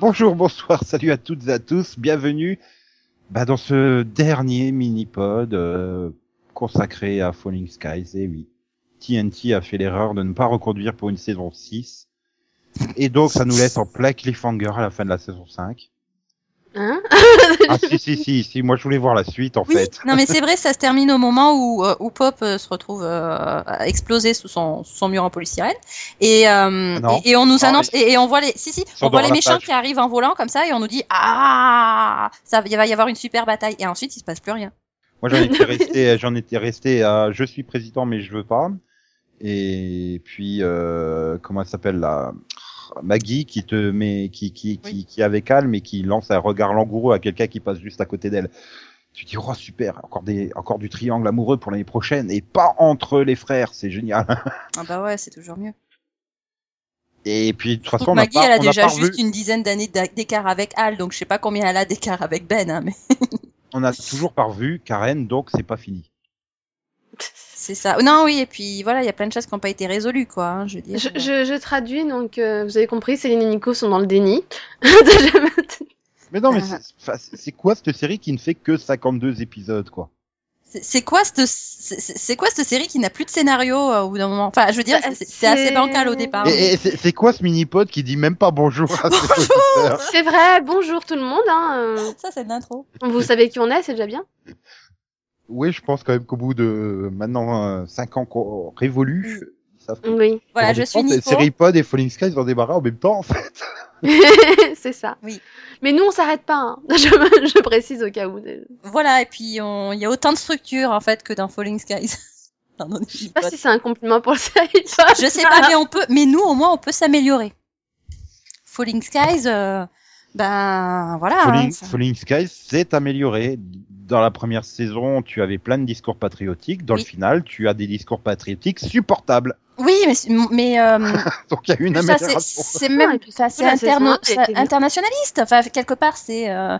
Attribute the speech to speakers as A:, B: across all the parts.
A: Bonjour, bonsoir, salut à toutes et à tous, bienvenue bah, dans ce dernier mini-pod euh, consacré à Falling Skies, et oui. TNT a fait l'erreur de ne pas reconduire pour une saison 6, et donc ça nous laisse en plein cliffhanger à la fin de la saison 5.
B: Hein
A: Ah si, si, si, si, moi je voulais voir la suite en
C: Oui,
A: fait.
C: non mais c'est vrai, ça se termine au moment où, euh, où Pop euh, se retrouve euh, explosé sous son, sous son mur en polystyrène et, euh,
A: Non.
C: et, et on nous
A: Ah,
C: annonce et, et on voit les si si on
A: sont
C: voit
A: dans
C: les
A: la
C: méchants
A: plage.
C: qui arrivent en volant comme ça et on nous dit ah ça il va y avoir une super bataille et ensuite il se passe plus rien.
A: Moi j'en étais resté, j'en étais resté à je suis président mais je veux pas. Et puis euh, comment elle s'appelle là Maggie qui te met, qui qui qui, qui avait calme et qui lance un regard langoureux à quelqu'un qui passe juste à côté d'elle. Tu dis oh super, encore des encore du triangle amoureux pour l'année prochaine et pas entre les frères, c'est génial.
C: Ah bah ouais, c'est toujours mieux.
A: Et puis de toute façon
C: Donc
A: on a
C: Maggie,
A: pas,
C: elle a
A: on
C: déjà
A: pas revu-
C: juste une dizaine d'années d'a- d'écart avec Al, donc je sais pas combien elle a d'écart avec Ben, hein, mais
A: on a toujours pas revu Karen donc c'est pas fini.
C: c'est ça. Non oui, et puis voilà, il y a plein de choses qui n'ont pas été résolues quoi. hein, je veux dire.
B: Je, je- je traduis, donc euh, vous avez compris, Céline et Nico sont dans le déni. Déjà,
A: Mais non mais
C: Ah.
A: c'est- enfin, c'est c'est quoi cette série qui ne fait que 52 épisodes quoi
C: C'est- C'est quoi cette c'est c'est quoi cette série qui n'a plus de scénario euh, au bout d'un moment Enfin, je veux dire,
B: Bah,
C: c'est- c'est assez
B: c'est-
C: bancal au départ.
A: Et, et c'est c'est quoi ce mini-pod qui dit même pas bonjour à ses auditeurs
B: c'est vrai, bonjour tout le monde. Hein. euh,
C: Ça, c'est de l'intro.
B: Vous savez qui on est, c'est déjà bien.
A: Oui, je pense quand même qu'au bout de maintenant 5 ans qu'on révolue, ils savent plus.
B: Oui,
C: Mm. Voilà,
A: Ils se
C: je suis
A: rendent compte,
C: Nico.
A: Série Pod et Falling Sky, ils ont démarré en même temps en fait.
B: c'est ça.
C: Oui.
B: Mais nous, on s'arrête pas. hein. Je, je précise au cas où. Je
C: Voilà, et puis on- il y a autant de structures en fait que dans Falling Skies. Pardon, je sais
B: sais pas si c'est un compliment pour le série.
C: Je sais pas, mais on peut, mais nous au moins on peut s'améliorer. Falling Skies, euh, ben voilà. hein,
A: Falling,
C: ça-
A: Falling Sky s'est amélioré. Dans la première saison, tu avais plein de discours patriotiques. Dans le
C: Oui.
A: final, tu as des discours patriotiques supportables.
C: Oui, mais mais euh,
A: Donc il y a eu une
C: ça c'est
A: amélioration.
C: c'est même
B: Ouais, et puis
C: enfin, c'est
B: la
C: interno-
B: saison un, elle
C: c'est
B: était-
C: internationaliste. Enfin, quelque part, c'est euh,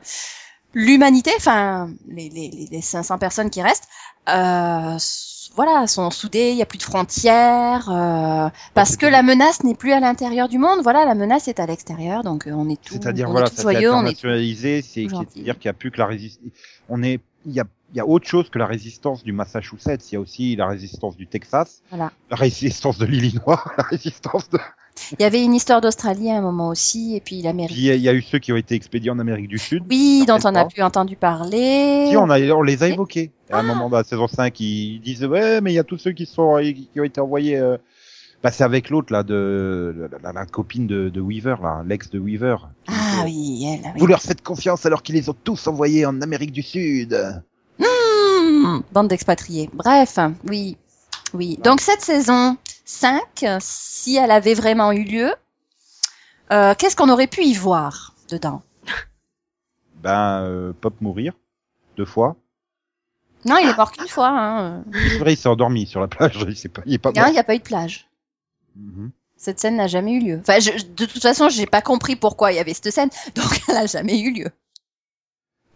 C: l'humanité. Enfin, les, les, les- les 500 personnes qui restent, euh, s- voilà, sont soudées. Il n'y a plus de frontières euh, parce
A: c'est
C: que
A: tout.
C: la menace n'est plus à l'intérieur du monde. Voilà, la menace est à l'extérieur. Donc, euh, on est tout,
A: C'est-à-dire
C: on
A: voilà,
C: est tout
A: ça s'est
C: joyeux. On est...
A: internationalisé, c'est
C: tout gentil.
A: c'est-à-dire qu'il n'y a plus que la résistance. On est, il y a, il y a autre chose que la résistance du Massachusetts. Il y a aussi la résistance du Texas,
C: Voilà.
A: la résistance de l'Illinois, la résistance de.
C: Il y avait une histoire d'Australie à un moment aussi, et puis
A: Puis
C: l'Amérique.
A: il y a- il y a eu ceux qui ont été expédiés en Amérique du Sud.
C: Oui, dont on a
A: Certainement.
C: plus entendu parler.
A: Si, on, a, on les a évoqués
C: Ah.
A: à un moment de la saison 5. Ils disent ouais, mais il y a tous ceux qui sont qui ont été envoyés. euh, Bah, c'est avec l'autre là de la, la- la copine de, de Weaver là, l'ex de Weaver. qui dit,
C: Ah oui, elle. oui.
A: Vous leur faites confiance alors qu'ils les ont tous envoyés en Amérique du Sud.
C: Hmm, Bande d'expatriés. Bref, oui. Oui. Donc cette saison 5, euh, si elle avait vraiment eu lieu, euh, qu'est-ce qu'on aurait pu y voir dedans
A: ben euh, Pop mourir deux fois.
C: Non, il est mort qu'une fois. hein.
A: C'est vrai, il s'est endormi sur la plage. Il s'est pas, il est pas
C: Il n'y a,
A: mort.
C: il y a pas eu de plage.
A: Mhm.
C: Cette scène n'a jamais eu lieu. Enfin, je- je- de toute façon, j'ai pas compris pourquoi il y avait cette scène, donc elle n'a jamais eu lieu.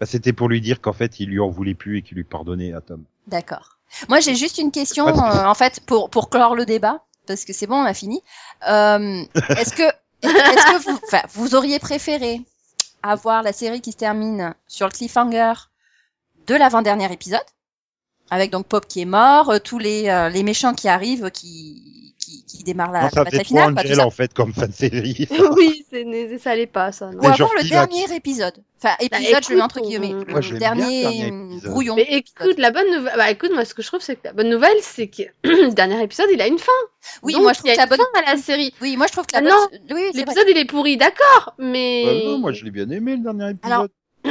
A: Bah, c'était pour lui dire qu'en fait, il lui en voulait plus et qu'il lui pardonnait à Tom.
C: D'accord. Moi, j'ai juste une question,
A: Pas de souci.
C: euh, en fait, pour, pour clore le débat, parce que c'est bon, on a fini. Euh, est-ce que, est-ce que vous, enfin, vous auriez préféré avoir la série qui se termine sur le cliffhanger de l'avant-dernier épisode, avec donc Pop qui est mort, euh, tous les, euh, les méchants qui arrivent, qui, qui, qui démarrent la,
A: non,
C: la
A: ça fait
C: bataille
A: trop
C: finale, quoi, tout
A: Angel
C: ça.
A: en fait comme fin de série.
B: oui, c'est- mais ça allait pas, ça. non.
C: Ou
A: Ouais,
C: avoir
A: genre
C: le
A: qui va-
C: dernier épisode. Enfin, épisode, je le
B: Bah, écoute,
C: mets entre guillemets.
B: on-
A: Moi, je
C: le
A: l'aime bien, le
C: dernier,
A: dernier
C: euh,
A: épisode.
C: brouillon.
B: Mais écoute, la bonne nouvelle, bah écoute, moi ce que je trouve, c'est que la bonne nouvelle, c'est que le dernier épisode, il a une fin.
C: Oui,
B: Donc,
C: moi, je
B: il y
C: trouve
B: a
C: que la
B: une
C: bonne...
B: fin à la série.
C: Oui, moi, je trouve que la
B: Ah non,
C: bonne... Oui, oui, c'est vrai.
B: L'épisode, il est pourri, d'accord, mais.
A: Bah, non, moi, je l'ai bien aimé le dernier épisode.
C: Alors,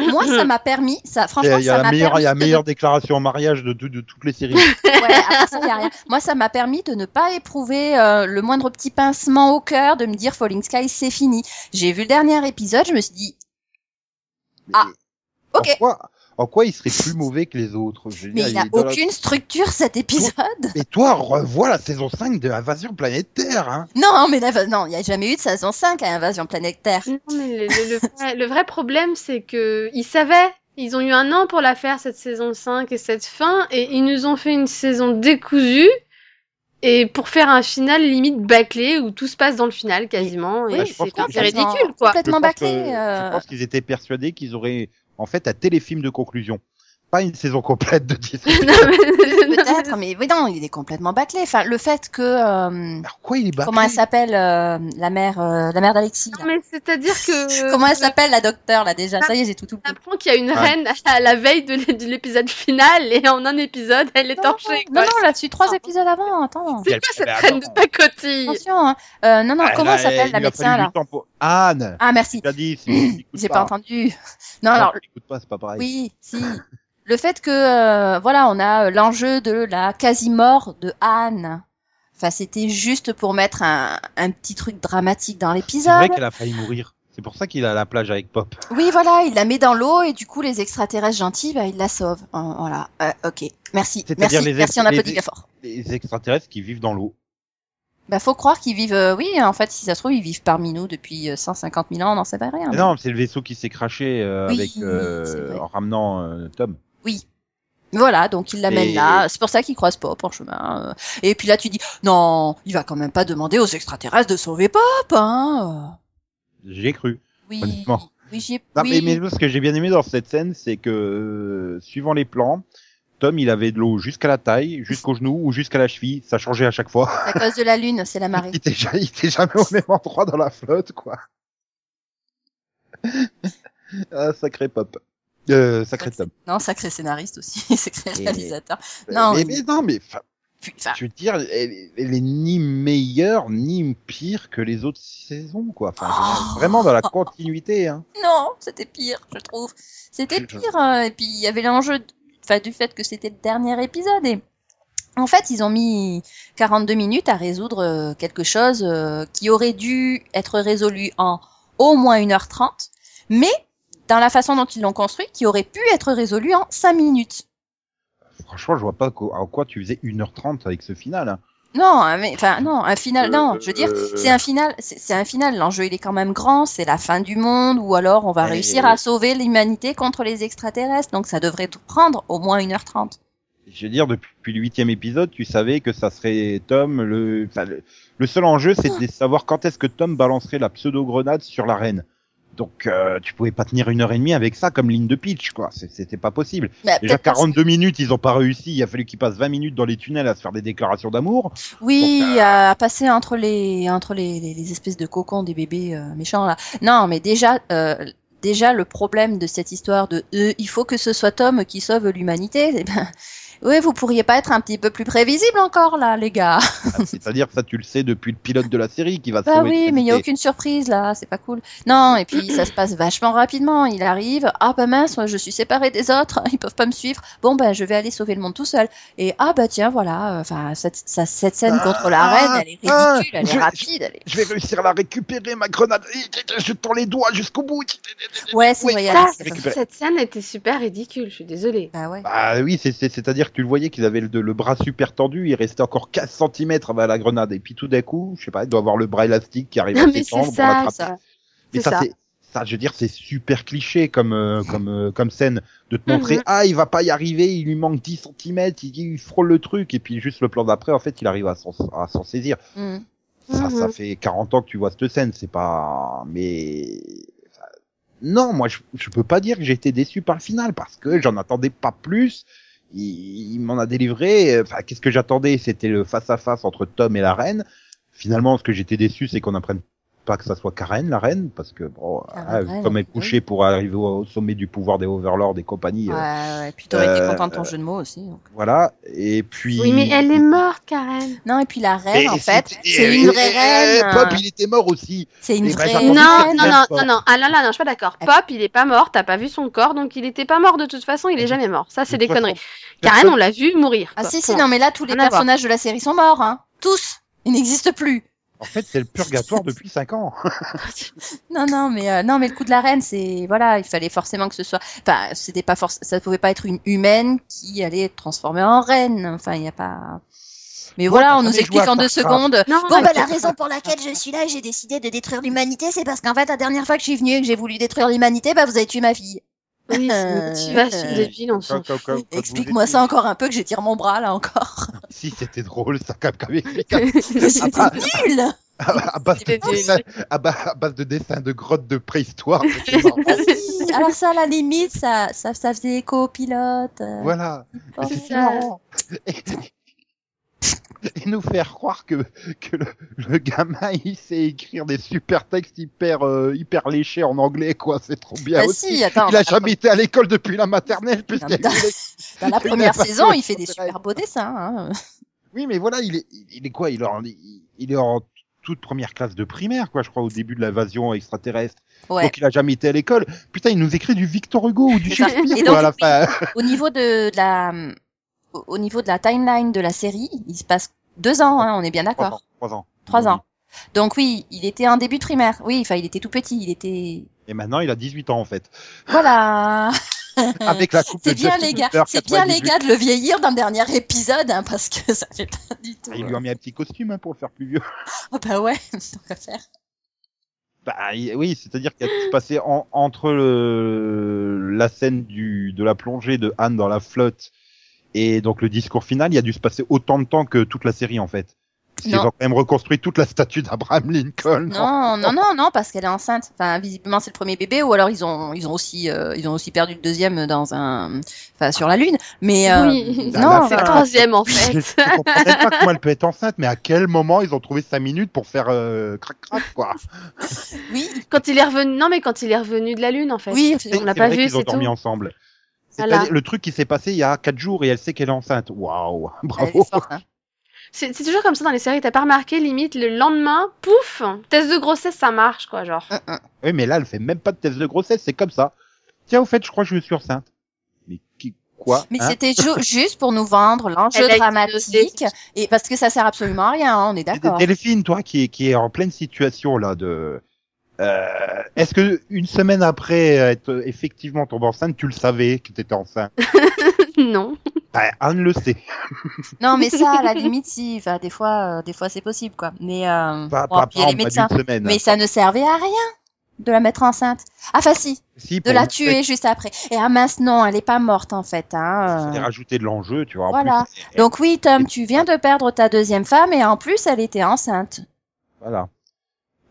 C: Moi, ça m'a permis, ça,
A: il y
C: franchement,
A: a, il y a
C: ça
A: la
C: m'a
A: meilleure,
C: permis.
A: il y a la
C: de
A: meilleure déclaration en mariage de, tout- de toutes les séries.
C: ne- ouais, après ça, il y a rien. Moi, ça m'a permis de ne pas éprouver euh, le moindre petit pincement au cœur, de me dire Falling Sky, c'est fini. J'ai vu le dernier épisode, je me suis dit, Ah,
A: Mais
C: ok.
A: En quoi, en quoi il serait plus mauvais que les autres Je veux
C: mais
A: dire,
C: il n'a
A: est dans la-
C: aucune structure cet épisode.
A: Et toi, revois la saison 5 de Invasion planétaire. Hein.
C: Non, mais là, non, il n'y a jamais eu de saison 5 à Invasion planétaire.
B: Non, mais le, le- le vrai, le vrai problème, c'est que ils savaient. Ils ont eu un an pour la faire, cette saison 5 et cette fin, et ils nous ont fait une saison décousue Et pour faire un final limite bâclé où tout se passe dans le final quasiment.
A: Oui,
B: et
A: je pense
B: c'est
A: que-
B: c'est ridicule quoi.
A: Je
C: Complètement
A: pense
C: bâclé.
A: que-
C: euh,
A: Je pense qu'ils étaient persuadés qu'ils auraient en fait un téléfilm de conclusion, pas une saison complète de 10
B: Non, mais-
C: Peut-être, mais oui, non, il est complètement bâclé. Enfin, le fait que euh,
A: Alors quoi il est bas
C: comment elle s'appelle euh, la mère, euh, la mère d'Alexis. là.
B: Non, mais c'est-à-dire que.
C: Comment elle s'appelle la docteur là déjà Ça y est, j'ai tout
B: On
C: oublié.
B: apprend qu'il y a une
A: Ouais.
B: reine à la veille de l'é- de l'épisode final et en un épisode elle est
C: Non,
B: torchée.
C: non,
B: quoi.
C: non, là-dessus trois épisodes avant. Attends,
B: C'est quoi cette reine de pacotille
C: attention. hein. Euh, non, non,
A: Ah,
C: comment
A: là,
C: elle s'appelle
A: il
C: la
A: lui a
C: médecin
A: fallu
C: là
A: du temps pour- Anne
C: Ah merci,
A: Tu as dit, si tu l'écoutes
C: j'ai pas entendu.
A: Non,
C: Non, alors
A: tu l'écoutes pas, c'est pas pareil.
C: Oui, si. Le fait que, euh, voilà, on a euh, l'enjeu de la quasi-mort de Anne. Enfin, c'était juste pour mettre un, un petit truc dramatique dans
A: C'est vrai
C: l'épisode.
A: qu'elle a failli mourir. C'est pour ça qu'il est à la plage avec Pop.
C: Oui, voilà, il la met dans l'eau et du coup, les extraterrestres gentils, bah, ils la sauvent. Euh, voilà, Euh, ok. Merci,
A: C'est-à-dire
C: merci,
A: les-
C: merci, on
A: les-
C: applaudit bien fort.
A: Les extraterrestres qui vivent dans l'eau.
C: Bah, faut croire qu'ils vivent, euh, oui, en fait, si ça se trouve, ils vivent parmi nous depuis euh, 150 000 ans, on n'en sait pas rien.
A: Mais Non, c'est le vaisseau qui s'est craché euh,
C: Ah Oui,
A: avec euh,
C: c'est vrai.
A: en ramenant euh, Tom.
C: Voilà, donc il l'amène
A: Et-
C: là. C'est pour ça qu'il croise Pop en chemin. euh. Et puis là, tu dis, non, il va quand même pas demander aux extraterrestres de sauver Pop, hein.
A: J'ai cru.
C: euh. Oui.
A: Honnêtement.
C: Oui, j'y ai-
A: Non,
C: oui.
A: mais, mais ce que j'ai bien aimé dans cette scène, c'est que euh, suivant les plans, Tom il avait de l'eau jusqu'à la taille, jusqu'au genou ou jusqu'à la cheville, ça changeait à chaque fois.
C: à cause de la lune, c'est la marée.
A: Il était, ja- il était jamais au même endroit dans la flotte, quoi. ah, sacré Pop. Euh, sacré Tom.
C: Non, sacré scénariste aussi, sacré
A: Et-
C: réalisateur. Non,
A: mais,
C: oui.
A: mais non, mais enfin,
C: Puis, enfin,
A: je veux dire, elle, elle est ni meilleure ni pire que les autres saisons, quoi. Enfin, je veux dire, vraiment dans la continuité. Hein.
C: non, c'était pire, je trouve. C'était
A: Je-
C: pire. euh, Et puis il y avait l'enjeu, de- enfin, du fait que c'était le dernier épisode. Et en fait, ils ont mis 42 minutes à résoudre euh, quelque chose euh, qui aurait dû être résolu en au moins 1h30, mais dans la façon dont ils l'ont construit, qui aurait pu être résolu en 5 minutes.
A: Franchement, je vois pas co- en quoi tu faisais 1h30 avec ce final. hein.
C: Non, hein, mais enfin non, un final,
A: Euh,
C: non, je veux dire,
A: euh,
C: c'est un final, c'est c'est un final. L'enjeu il est quand même grand, c'est la fin du monde, ou alors on va
A: Et-
C: réussir à sauver l'humanité contre les extraterrestres, donc ça devrait tout prendre au moins 1h30.
A: Je veux dire, depuis depuis le huitième épisode, tu savais que ça serait Tom. Le, enfin, le, le seul enjeu, c'est de savoir quand est-ce que Tom balancerait la pseudo-grenade sur la reine. Donc, euh, tu pouvais pas tenir une heure et demie avec ça comme ligne de pitch, quoi. C'est- C'était pas possible.
C: Bah,
A: Déjà
C: peut-être parce-
A: 42 minutes, ils ont pas réussi. Il a fallu qu'ils passent 20 minutes dans les tunnels à se faire des déclarations d'amour.
C: Oui,
A: Donc, euh,
C: à passer entre les entre les, les- les espèces de cocons des bébés euh, méchants là. Non, mais déjà euh, déjà le problème de cette histoire de euh, il faut que ce soit Tom qui sauve l'humanité. Eh ben, oui, vous pourriez pas être un petit peu plus prévisible encore là, les gars.
A: Ah, C'est-à-dire que ça, tu le sais depuis le pilote de la série qui va
C: Bah
A: sauver
C: oui, mais il n'y
A: l'humanité.
C: a aucune surprise là, c'est pas cool. Non, et puis ça se passe vachement rapidement. Il arrive, ah bah mince, je suis séparé des autres, ils peuvent pas me suivre. Bon bah je vais aller sauver le monde tout seul. Et ah bah tiens voilà, euh, enfin cette, ça- cette scène contre la
A: Ah,
C: reine, elle est
A: ah,
C: ridicule, elle
A: je- je-
C: est rapide. Elle
A: Je vais réussir à la récupérer, ma grenade. Je tends les doigts jusqu'au bout.
C: est... Ouais, c'est
A: Oui, ah,
C: vrai.
B: Ça,
C: elle-
A: c'est récupéré.
B: cette scène était super ridicule, je suis désolée.
C: Bah ouais.
A: Bah oui, c'est- c'est- c'est-à-dire que tu le voyais qu'il avait le, le bras super tendu, il restait encore 15 cm avant la grenade, et puis tout d'un coup, je sais pas, il doit avoir le bras élastique qui arrive
B: Non,
A: à
B: mais c'est
A: s'étendre pour
B: ça,
A: l'attraper.
B: ça.
A: Mais
B: c'est ça.
A: c'est- ça, je veux dire, c'est super cliché comme euh, comme euh, comme scène de te montrer
B: Mhm.
A: ah il va pas y arriver, il lui manque 10 cm, il, il frôle le truc, et puis juste le plan d'après, en fait, il arrive à s'en à s'en saisir.
C: Mm.
A: Ça, ça
B: Mhm.
A: fait 40 ans que tu vois cette scène, c'est pas. Mais. enfin, Non, moi, je, je peux pas dire que j'ai été déçu par le final parce que j'en attendais pas plus. Il, il m'en a délivré. Enfin, qu'est-ce que j'attendais C'était le face-à-face entre Tom et la reine. Finalement, ce que j'étais déçu, c'est qu'on apprenne pas que ça soit Karen, la reine, parce que bon,
C: Ah,
A: ah,
C: ouais,
A: comme
C: ouais,
A: elle couchait pour arriver au, au sommet du pouvoir des Overlords et compagnie,
C: Ouais,
A: euh,
C: ouais, puis t'aurais été
A: euh,
C: content de ton jeu de mots aussi. donc.
A: voilà. Et puis.
B: Oui, mais elle est morte, Karen.
C: Non, et puis la reine,
A: Et
C: en fait,
A: c'était-
C: c'est
A: et-
C: une
A: et-
C: vraie
A: et- et
C: reine.
A: Pop,
C: hein.
A: il était mort aussi.
C: C'est une
A: Et
C: vraie
A: bah,
B: Non,
A: j'attendais
C: reine.
A: qu'elle
B: non, non,
A: meure pas.
B: non, non, ah là là, non, je suis pas d'accord. Pop, il est pas mort, t'as pas vu son corps, donc il était pas mort de toute façon, il est jamais mort. Ça, Ah, c'est
A: De
B: des
A: toute façon,
B: conneries. Karen, on l'a vu mourir.
C: Ah
B: quoi.
C: si, si,
B: Point.
C: non, mais là, tous les
B: Rien à voir.
C: personnages de la série sont morts, hein. Tous. Ils n'existent plus.
A: En fait, c'est le purgatoire depuis 5 ans.
C: Non, non, mais euh, non, mais le coup de la reine, c'est voilà, il fallait forcément que ce soit. Enfin, c'était pas forc- ça pouvait pas être une humaine qui allait être transformée en reine. Enfin, il n'y a pas. Mais voilà,
A: t'as
C: on nous
A: jamais joué à
C: explique en deux
A: Starcraft.
C: secondes.
B: Non,
C: Bon, bah,
B: mais-
C: la raison pour laquelle je suis là et j'ai décidé de détruire l'humanité, c'est parce qu'en fait, la dernière fois que je suis venue et que j'ai voulu détruire l'humanité, bah, vous avez tué ma fille.
B: Oui,
C: Euh,
B: tu vas sur des villes, on s'en
A: Comme- comme- comme- comme
C: Explique-moi
A: vous
C: ça
A: étiez-
C: encore un peu que j'étire mon bras là encore.
A: Si c'était drôle, ça quand même.
C: Mais
B: fout.
A: Ah,
C: c'était nul.
A: à, base de
B: C'était nul.
A: dessins, à, ba- à base de dessins de grottes de préhistoire. c'était marrant.
B: Ah,
C: Oui, Ah, Alors ça, à la limite, ça, ça, ça faisait écho au pilote. euh,
A: voilà. Mais
C: bon.
A: c'est si
B: là.
A: marrant. Et, et nous faire croire que, que le, le gamin il sait écrire des super textes hyper euh, hyper léchés en anglais quoi, c'est trop bien.
C: Bah
A: aussi.
C: si,
A: il a
C: attends. dans la-
A: jamais été à l'école depuis la maternelle puisqu'il a
C: Dans-
A: eu le-
C: Dans la
A: il a
C: première
A: pas
C: saison,
A: fait-
C: il fait des super beaux dessins. hein.
A: Oui, mais voilà, il est, il est quoi il est, en, il il est en toute première classe de primaire, quoi, je crois, au début de l'invasion extraterrestre.
C: Ouais.
A: Donc il a jamais été à l'école. Putain, il nous écrit du Victor Hugo ou du
C: C'est ça.
A: Shakespeare,
C: Et
A: quoi,
C: donc,
A: à la
C: oui.
A: fin.
C: Au niveau de, de la, au au niveau de la timeline de la série, il se passe deux ans. hein, on est bien
A: Trois
C: d'accord.
A: ans. Trois ans.
C: Trois ans. Donc oui, il était en début de primaire. Oui, enfin, il était tout petit. Il était.
A: Et maintenant, il a 18 ans, en fait.
C: Voilà.
A: Avec la coupe
C: Euh, C'est
A: de
C: bien
A: Justin
C: les gars.
A: Bieber,
C: C'est bien les
A: 98.
C: gars de le vieillir dans le dernier épisode, hein, parce que ça fait pas du tout.
A: Ah, Ils lui ont mis un petit costume hein, pour le faire plus vieux.
C: Oh bah ouais, tant qu'à faire.
A: Bah, il- oui, c'est-à-dire qu'il a passé en- entre le- la scène du, de la plongée de Anne dans la flotte et donc le discours final, il y a dû se passer autant de temps que toute la série en fait. Ils
C: Non.
A: ont quand même reconstruit toute la statue d'Abraham Lincoln.
C: Non, non, non, non, parce qu'elle est enceinte. Enfin, visiblement, c'est le premier bébé, ou alors ils ont, ils ont aussi, euh, ils ont aussi perdu le deuxième dans un, enfin, sur la lune. Mais euh,
B: Oui.
A: Ah,
C: non,
A: la fin.
B: C'est le
C: voilà.
B: troisième en
A: Je,
B: fait.
A: je comprends même pas comment elle peut être enceinte, mais à quel moment ils ont trouvé cinq minutes pour faire euh, crac crac quoi
C: oui,
B: Quand il est revenu, non mais quand il est revenu de la lune en fait.
C: oui,
A: C'est-
B: On l'a
A: c'est
B: pas
A: vrai
B: vu,
A: qu'ils ont
B: c'est
A: dormi
B: tout.
A: ensemble.
B: Voilà.
A: C'est-à-dire, Le truc qui s'est passé il y a quatre jours et elle sait qu'elle est enceinte. Waouh,
C: elle
A: bravo.
C: est forte. hein.
B: C'est c'est toujours comme ça dans les séries, t'as pas remarqué, limite, le lendemain, pouf, test de grossesse, ça marche, quoi, genre.
C: Hum, hum.
A: Oui, mais là, elle fait même pas de test de grossesse, c'est comme ça. Tiens, au fait, je crois que je suis enceinte. Mais qui, quoi
C: Mais
A: hein
C: c'était ju- juste pour nous vendre l'enjeu
B: Elle a été
C: dramatique
B: dosée.
C: et parce que ça sert absolument à rien, hein, on est
A: C'est des-
C: d'accord.
A: Delphine, toi, qui est, qui est en pleine situation là de. Euh, Est-ce que une semaine après euh, être effectivement tombée enceinte, tu le savais que t'étais enceinte
B: non.
A: bah, Anne le sait.
C: Non, mais ça, à la limite, si, enfin, des fois, euh, des fois, c'est possible, quoi. Mais euh,
A: Pas,
C: bon,
A: pas,
C: puis il y a
A: pas
C: les
A: en bas
C: médecins.
A: d'une semaine.
C: Mais ça ne servait à rien de la mettre enceinte. Ah, enfin, si,
A: Si,
C: de
A: pour
C: la
A: montrer
C: tuer juste après. Et ah mince, non, elle est pas morte en fait.
A: qu'il
C: Hein.
A: fallait
C: euh.
A: rajouter de l'enjeu, tu vois. En
C: Voilà.
A: plus, elle-
C: Donc oui, Tom, tu viens de perdre ta deuxième femme et en plus, elle était enceinte.
A: Voilà.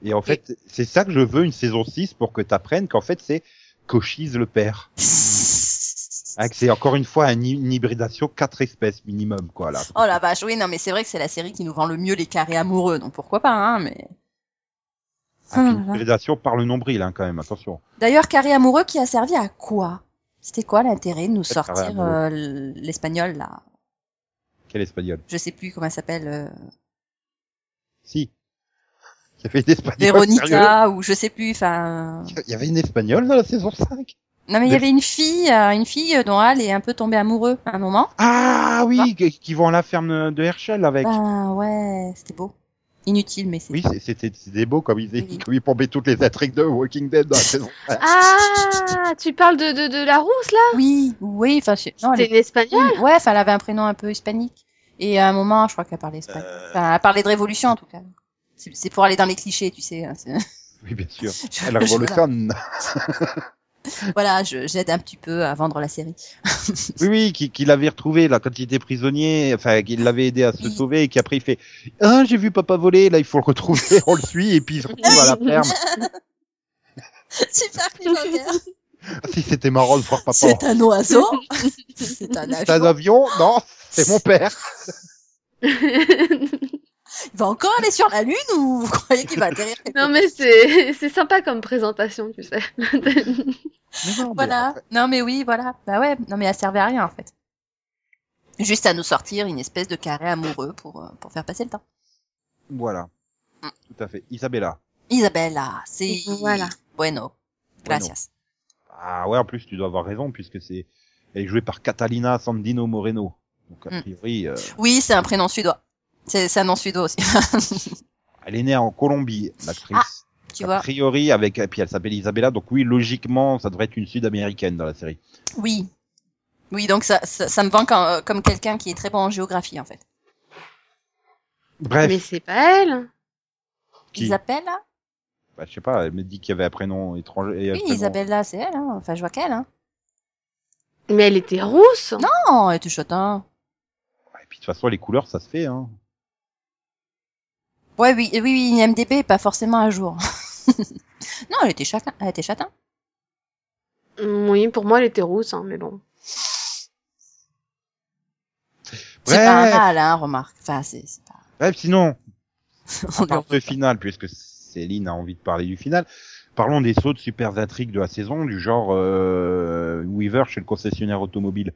A: Et en fait, c'est ça que je veux une saison 6 pour que t'apprennes qu'en fait, c'est Cochise le père. Hein, que c'est encore une fois un hy- une hybridation quatre espèces minimum, quoi, là.
C: Oh la vache, oui, non, mais c'est vrai que c'est la série qui nous vend le mieux les carrés amoureux, donc pourquoi pas, hein, mais...
A: Ah, puis
C: Oh là
A: une
C: là.
A: hybridation par le nombril, hein, quand même, attention.
C: D'ailleurs, carré amoureux qui a servi à quoi C'était quoi l'intérêt de nous
A: Quel carré
C: sortir
A: amoureux
C: euh, l- l'espagnol, là
A: Quel espagnol.
C: Je sais plus comment elle s'appelle, euh,
A: Si. Il y avait une espagnole. sérieux.
C: Véronica, ou je sais plus, enfin... euh,
A: Il y avait une espagnole dans la saison 5.
C: Non, mais il y
A: Des-
C: avait une fille, euh, une fille dont Al est un peu tombé amoureux à un moment.
A: Ah oui, qui qui vont à la ferme de Herschel avec.
C: Ah ouais, c'était beau. Inutile, mais c'est.
A: Oui, c'est- c'était c'était beau comme ils,
C: Oui.
A: comme ils pombaient toutes les intrigues de Walking Dead dans la saison 5.
B: Ah, tu parles de, de, de la rousse, là
C: oui, oui, enfin, je- non, elle
B: C'était une espagnole
C: était- ouais, enfin, elle avait un prénom un peu hispanique. Et à un moment, je crois qu'elle parlait espagnol.
A: Euh,
C: Enfin, elle parlait de révolution en tout cas. C'est c'est pour aller dans les clichés, tu sais. hein, c'est-
A: oui, bien sûr.
C: je-
A: La
C: je-
A: révolution.
C: voilà, je- j'aide un petit peu à vendre la série.
A: Oui, oui, qui, qui l'avait retrouvé là quand il était prisonnier, enfin qu'il l'avait aidé à se
C: Oui.
A: sauver et qui après il fait ah j'ai vu papa voler, là il faut le retrouver, on le suit et puis il se retrouve à la ferme.
C: Super cliffhanger.
A: Ah, si c'était marrant de voir papa.
C: C'est un oiseau. C'est un
A: C'est un
C: avion.
A: avion Non, c'est mon père.
C: Il va encore aller sur la lune ou vous croyez qu'il va atterrir quelque
B: Non, mais c'est c'est sympa comme présentation, tu sais.
A: Mais non, mais
C: Voilà.
A: après-
C: Non, mais oui, voilà. Bah ouais. Non, mais elle servait à rien, en fait. Juste à nous sortir une espèce de carré amoureux pour, euh, pour faire passer le temps.
A: voilà.
C: Mm.
A: Tout à fait. Isabella.
C: Isabella, c'est...
B: Voilà.
C: Bueno. Gracias.
A: Ah ouais, en plus tu dois avoir raison puisque c'est elle est jouée par Catalina Sandino Moreno. Donc a
C: Mm.
A: priori, euh,
C: Oui, c'est un prénom suédois. C'est c'est un nom suédois aussi.
A: elle est née en Colombie, l'actrice.
C: Ah, tu
A: a
C: vois.
A: priori avec et puis elle s'appelle Isabella, donc oui logiquement ça devrait être une Sud-américaine dans la série.
C: Oui. Oui, donc ça, ça, ça me vend quand- euh, comme quelqu'un qui est très bon en géographie, en fait.
A: Bref,
B: mais c'est pas elle.
A: Qui
C: Isabella
A: bah, je sais pas, elle me dit qu'il y avait un prénom étranger. et un
C: Oui,
A: prénom-
C: Isabella, c'est elle. Hein. Enfin, je vois qu'elle. Hein.
B: Mais elle était rousse.
C: Non, Oh, elle était châtain.
A: Et puis de toute façon, les couleurs, ça se fait. Hein.
C: Ouais, oui, oui, oui, IMDB est pas forcément à jour. non, elle était châtain. Elle était châtain.
B: Mm, Oui, pour moi, elle était rousse, hein, mais bon.
C: C'est pas
A: Bref.
C: mal, hein, remarque. Enfin, c'est c'est pas.
A: Bref, sinon,
C: on
A: on
C: lui en
A: parle
C: veut
A: de
C: pas.
A: finale, puisque Céline a envie de parler du final. Parlons des sauts de super intrigues de la saison, du genre euh, Weaver chez le concessionnaire automobile.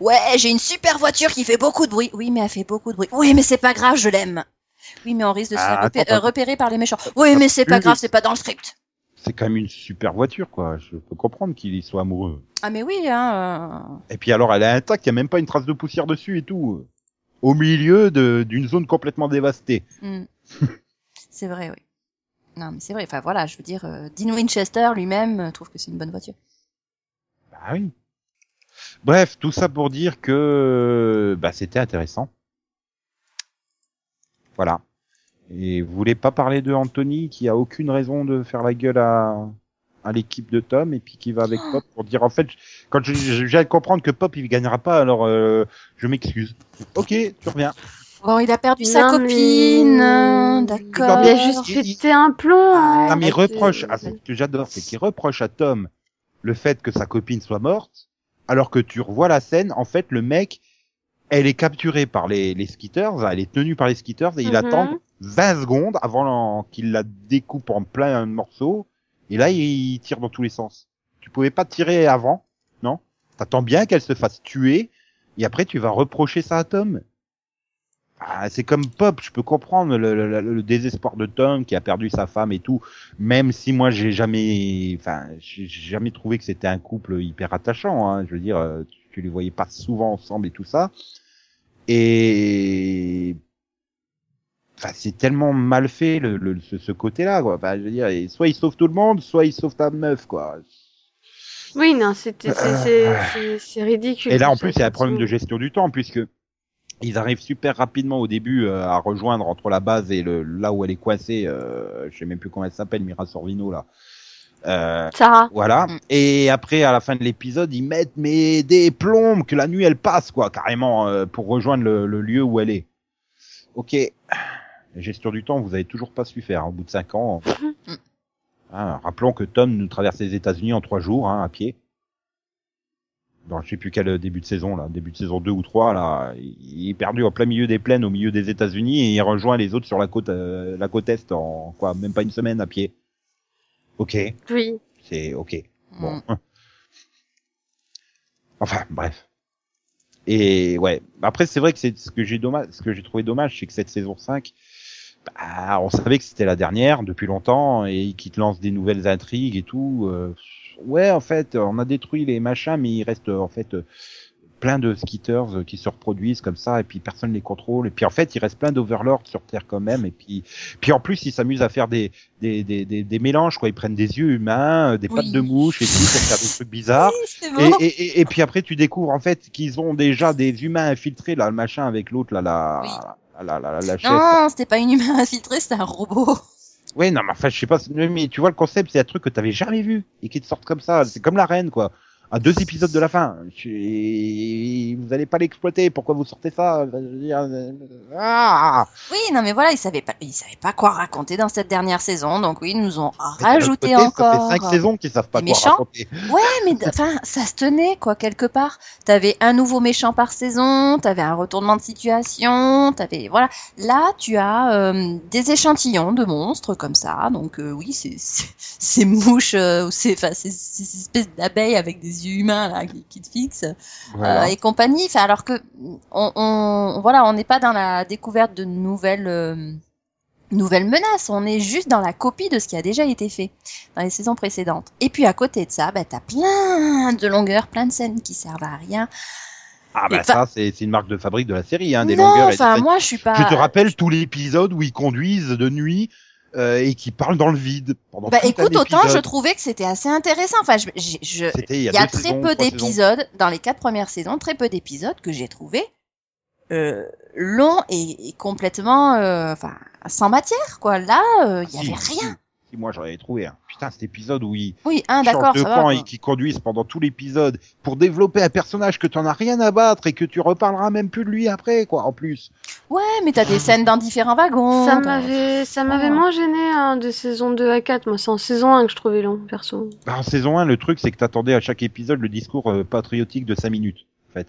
C: Ouais, j'ai une super voiture qui fait beaucoup de bruit. Oui, mais elle fait beaucoup de bruit. Oui, mais c'est pas grave, je l'aime. Oui, mais on risque de se
A: Ah,
C: faire repé-
A: attends,
C: euh,
A: attends.
C: repérer par les méchants. Oui, mais c'est pas
A: Oui.
C: grave, c'est pas dans le script.
A: C'est quand même une super voiture, quoi. Je peux comprendre qu'il y soit amoureux.
C: Ah, mais oui, hein. euh.
A: Et puis alors, elle est intacte, il y a même pas une trace de poussière dessus et tout. Au milieu de- d'une zone complètement dévastée.
C: Hmm. c'est vrai, oui. Non, mais c'est vrai. Enfin, voilà, je veux dire, euh, Dean Winchester lui-même euh, trouve que c'est une bonne voiture.
A: Bah oui. Bref, tout ça pour dire que bah, c'était intéressant. Voilà. Et vous voulez pas parler de Anthony qui a aucune raison de faire la gueule à, à l'équipe de Tom et puis qui va avec Pop pour dire en fait quand je- je- j'ai à comprendre que Pop il gagnera pas alors euh, je m'excuse. Ok, tu reviens.
C: Bon, il a perdu sa
B: Non, mais-
C: copine. hein,
A: Ah,
C: D'accord.
B: Il a juste
A: il- il-
B: jeté un plomb. hein.
A: Ah mais il
B: Elle
A: reproche,
B: se-
A: ah, ce que j'adore c'est qu'il reproche à Tom le fait que sa copine soit morte alors que tu revois la scène en fait le mec elle est capturée par les, les skitters, elle est tenue par les skitters et il
B: Mhm.
A: attend 20 secondes avant l'en- qu'il la découpe en plein morceau. Et là, il tire dans tous les sens. Tu pouvais pas tirer avant, non T'attends bien qu'elle se fasse tuer, et après tu vas reprocher ça à Tom. Ah, c'est comme Pop, je peux comprendre le, le- le- le désespoir de Tom qui a perdu sa femme et tout. Même si moi j'ai jamais, enfin, j'ai j'ai jamais trouvé que c'était un couple hyper attachant. hein. Je veux dire, euh, tu, tu les voyais pas souvent ensemble et tout ça. Et Enfin, c'est tellement mal fait le, le- ce, ce côté-là, quoi. Enfin, je veux dire, et soit il sauve tout le monde, soit il sauve ta meuf, quoi.
B: Oui, non, c'était c'est- c'est- c'est- c'est ridicule.
A: Euh, Et là, en
B: Ça,
A: plus, il y a un
B: ça,
A: problème
B: ça.
A: de gestion du temps, puisque ils arrivent super rapidement au début euh, à rejoindre entre la base et le, là où elle est coincée. Euh, je sais même plus comment elle s'appelle, Mira Sorvino, là. Euh,
B: Sarah.
A: Voilà.
C: Mm.
A: Et après, à la fin de l'épisode, ils mettent mais des plombes que la nuit elle passe quoi, carrément euh, pour rejoindre le, le lieu où elle est. Ok. La gestion du temps, vous avez toujours pas su faire. hein, Au bout de cinq ans.
C: Mm.
A: Hein, rappelons que Tom nous traverse les États-Unis en trois jours hein, à pied. Dans je sais plus quel euh, début de saison là, début de saison 2 ou 3 là, il est perdu en plein milieu des plaines, au milieu des États-Unis et il rejoint les autres sur la côte, euh, la côte est en quoi, même pas une semaine à pied. Ok,
B: Oui.
A: c'est ok.
C: Hmm.
A: Bon. hein. Enfin, bref. Et ouais. Après, c'est vrai que c'est ce que j'ai dommage, ce que j'ai trouvé dommage, c'est que cette saison 5, bah, on savait que c'était la dernière depuis longtemps et qu'ils te lancent des nouvelles intrigues et tout. euh, ouais, en fait, on a détruit les machins, mais il reste euh, en fait euh, plein de skitters euh, qui se reproduisent comme ça et puis personne les contrôle. Et puis en fait, il reste plein d'overlords sur Terre quand même. Et puis, puis en plus, ils s'amusent à faire des des, des, des, des mélanges quoi ils prennent des yeux humains euh, des
C: Oui.
A: pattes de mouche et tout pour faire des trucs bizarres
C: Oui, c'est
A: et,
C: bon.
A: et, et, et puis après tu découvres en fait qu'ils ont déjà des humains infiltrés là le machin avec l'autre là la
C: Oui.
A: la la, la, la chef
C: Non, c'était pas une humain infiltrée, c'était un robot.
A: ouais non mais enfin je sais pas c'est- mais tu vois le concept c'est un truc que t'avais jamais vu et qui te sortent comme ça c'est comme la reine quoi à deux épisodes de la fin Tu- vous allez pas l'exploiter pourquoi vous sortez ça Je veux dire, euh, ah
C: Oui, non, mais voilà, ils savaient pas, ils savaient pas quoi raconter dans cette dernière saison, donc oui, ils nous ont
A: Mais d'un autre
C: rajouté
A: côté,
C: encore.
A: ça fait cinq saisons qu'ils savent pas
C: Des
A: quoi
C: méchants.
A: raconter
C: Ouais, mais d- enfin, ça se tenait quoi quelque part. T'avais un nouveau méchant par saison, t'avais un retournement de situation, t'avais voilà. Là, tu as euh, des échantillons de monstres comme ça, donc euh, oui, c'est c'est- ces mouches euh, ou ces enfin ces, ces espèces d'abeilles avec des yeux humains là qui, qui te fixent
A: Voilà.
C: euh, et compagnie. Enfin, alors que on, on voilà, on n'est pas dans la découverte de nouvelles euh, nouvelles menaces. On est juste dans la copie de ce qui a déjà été fait dans les saisons précédentes. Et puis à côté de ça, bah, t'as plein de longueurs, plein de scènes qui servent à rien.
A: Ah
C: Et
A: bah ça, c'est c'est une marque de fabrique de la série, hein, des
C: non,
A: longueurs. et des
C: enfin
A: scènes.
C: moi bah- je suis pas.
A: Je te rappelle tous les épisodes où ils conduisent de nuit euh, et qui parlent dans le vide pendant
C: Bah
A: tout un
C: écoute, autant
A: épisode.
C: je trouvais que c'était assez intéressant. Enfin, je, j'ai- je,
A: C'était il y a,
C: il y a
A: deux
C: très
A: saisons,
C: peu
A: trois saisons.
C: d'épisodes dans les quatre premières saisons, très peu d'épisodes que j'ai trouvé euh, longs et, et complètement, euh, enfin, sans matière quoi. Là, euh,
A: Ah,
C: il
A: Si,
C: y avait rien.
A: si, Si moi j'en avais trouvé un. Putain, cet épisode où il
C: Oui, un, Ah, d'accord,
A: change de
C: ça
A: camp
C: va.
A: et qui conduisent pendant tout l'épisode pour développer un personnage que t'en as rien à battre et que tu reparleras même plus de lui après, quoi, en plus.
C: Ouais, mais t'as des scènes dans différents wagons.
B: Ça
A: Oh.
C: t'as-
B: m'avait, ça m'avait
C: Ah.
B: moins gêné hein, de saison 2 à 4. Moi, c'est en saison 1 que je trouvais long, perso.
A: Bah, en saison 1, le truc, c'est que t'attendais à chaque épisode le discours euh, patriotique de 5 minutes, en fait.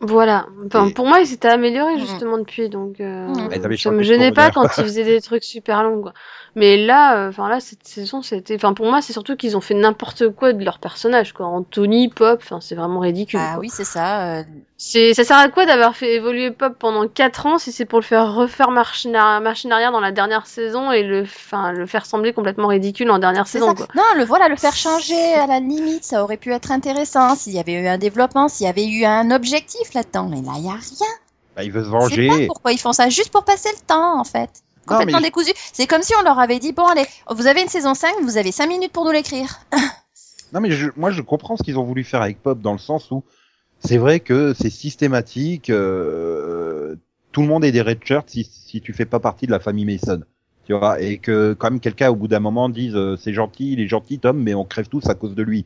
B: Voilà. Enfin,
A: Et-
B: pour moi, il s'était amélioré
C: Mhm.
B: justement depuis, donc euh,
C: Mhm.
A: Ouais, t'avais
B: ça
A: changé
B: me
A: de
B: gênait pas
A: tourneur.
B: quand ils faisaient des trucs super longs, quoi. Mais là, euh, enfin là, cette saison, c'était, enfin pour moi, c'est surtout qu'ils ont fait n'importe quoi de leur personnage, quoi. Anthony, Pop, enfin c'est vraiment ridicule.
C: Ah
B: quoi.
C: oui, c'est ça. euh,
B: C'est, ça sert à quoi d'avoir fait évoluer Pop pendant 4 ans si c'est pour le faire refaire marche, na- marche en arrière dans la dernière saison et le, enfin le faire sembler complètement ridicule en dernière
C: c'est
B: saison, quoi.
C: ça. Non, le voilà, le faire changer à la limite, ça aurait pu être intéressant s'il y avait eu un développement, s'il y avait eu un objectif là-dedans. Mais là, il y a rien.
A: Bah, il veut se
C: Je sais pas
A: venger.
C: pourquoi ils font ça, juste pour passer le temps, en fait.
A: Non,
C: Complètement
A: mais-
C: décousu. C'est comme si on leur avait dit, bon, allez, vous avez une saison 5, vous avez 5 minutes pour nous l'écrire.
A: Non mais je, moi je comprends ce qu'ils ont voulu faire avec Pop dans le sens où c'est vrai que c'est systématique. euh, tout le monde est des redshirts si, si tu fais pas partie de la famille Mason, tu vois, et que quand même quelqu'un au bout d'un moment dise euh, c'est gentil, il est gentil Tom, mais on crève tous à cause de lui.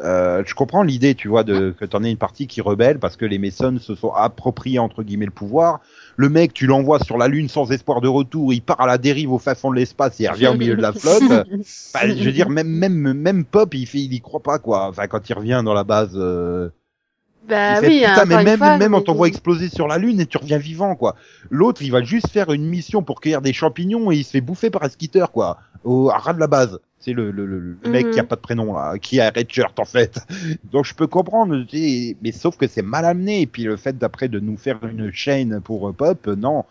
A: Euh, je comprends l'idée, tu vois, de, que t'en aies une partie qui rebelle parce que les Mason se sont appropriés entre guillemets le pouvoir. Le mec, tu l'envoies sur la lune sans espoir de retour, il part à la dérive au fin fond de l'espace et il revient au milieu de la flotte. Bah, je veux dire, même, même, même Pop, il, fait, il y croit pas, quoi. Enfin, quand il revient dans la base, euh,
B: Bah
A: il fait,
B: oui,
A: putain,
B: encore
A: mais
B: une
A: même,
B: fois,
A: même on t'envoie
B: mais-
A: exploser sur la Lune et tu reviens vivant, quoi. L'autre, il va juste faire une mission pour cueillir des champignons et il se fait bouffer par un skitter, quoi. Au, à ras de la base. C'est le, le, le, le mec
B: Mhm.
A: qui a pas de prénom, là, qui a un red shirt, en fait. Donc, je peux comprendre, tu sais, mais sauf que c'est mal amené. Et puis, le fait d'après de nous faire une chaîne pour euh, Pop, euh, non.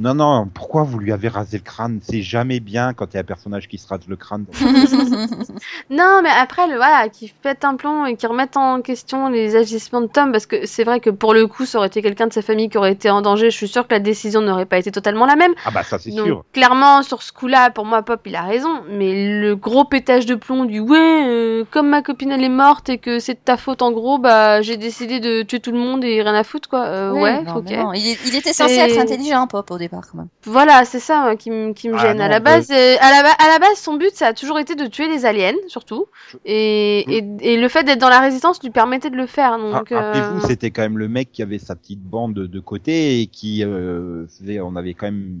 A: Non, non, pourquoi vous lui avez rasé le crâne C'est jamais bien quand il y a un personnage qui se rase le crâne.
B: Non, mais après, le, voilà, qui pète un plomb et qui remettent en question les agissements de Tom, parce que c'est vrai que pour le coup, ça aurait été quelqu'un de sa famille qui aurait été en danger. Je suis sûre que la décision n'aurait pas été totalement la même.
A: Ah bah ça c'est
B: Donc,
A: sûr.
B: clairement, sur ce coup-là, pour moi, Pop, il a raison. Mais le gros pétage de plomb du ouais, euh, comme ma copine elle est morte et que c'est de ta faute en gros, bah j'ai décidé de tuer tout le monde et rien à foutre quoi. Euh,
C: Oui,
B: ouais,
C: non,
B: ok.
C: mais non. Il, est- il était censé
B: C'est-
C: être intelligent, Pop, au départ, quand même.
B: Voilà, c'est ça moi, qui, me- qui me
A: Ah
B: gêne.
A: non,
B: à, la
A: bah-
B: base, euh, à, la, ba- à la base, son but, ça a toujours été de tuer les aliens, surtout. Et, et, et le fait d'être dans la résistance lui permettait de le faire.
A: Ra-
B: Donc,
A: Mm. Ah, Rappelez-vous,
B: euh,
A: c'était quand même le mec qui avait sa petite bande de côté et qui, euh, faisait- on avait quand même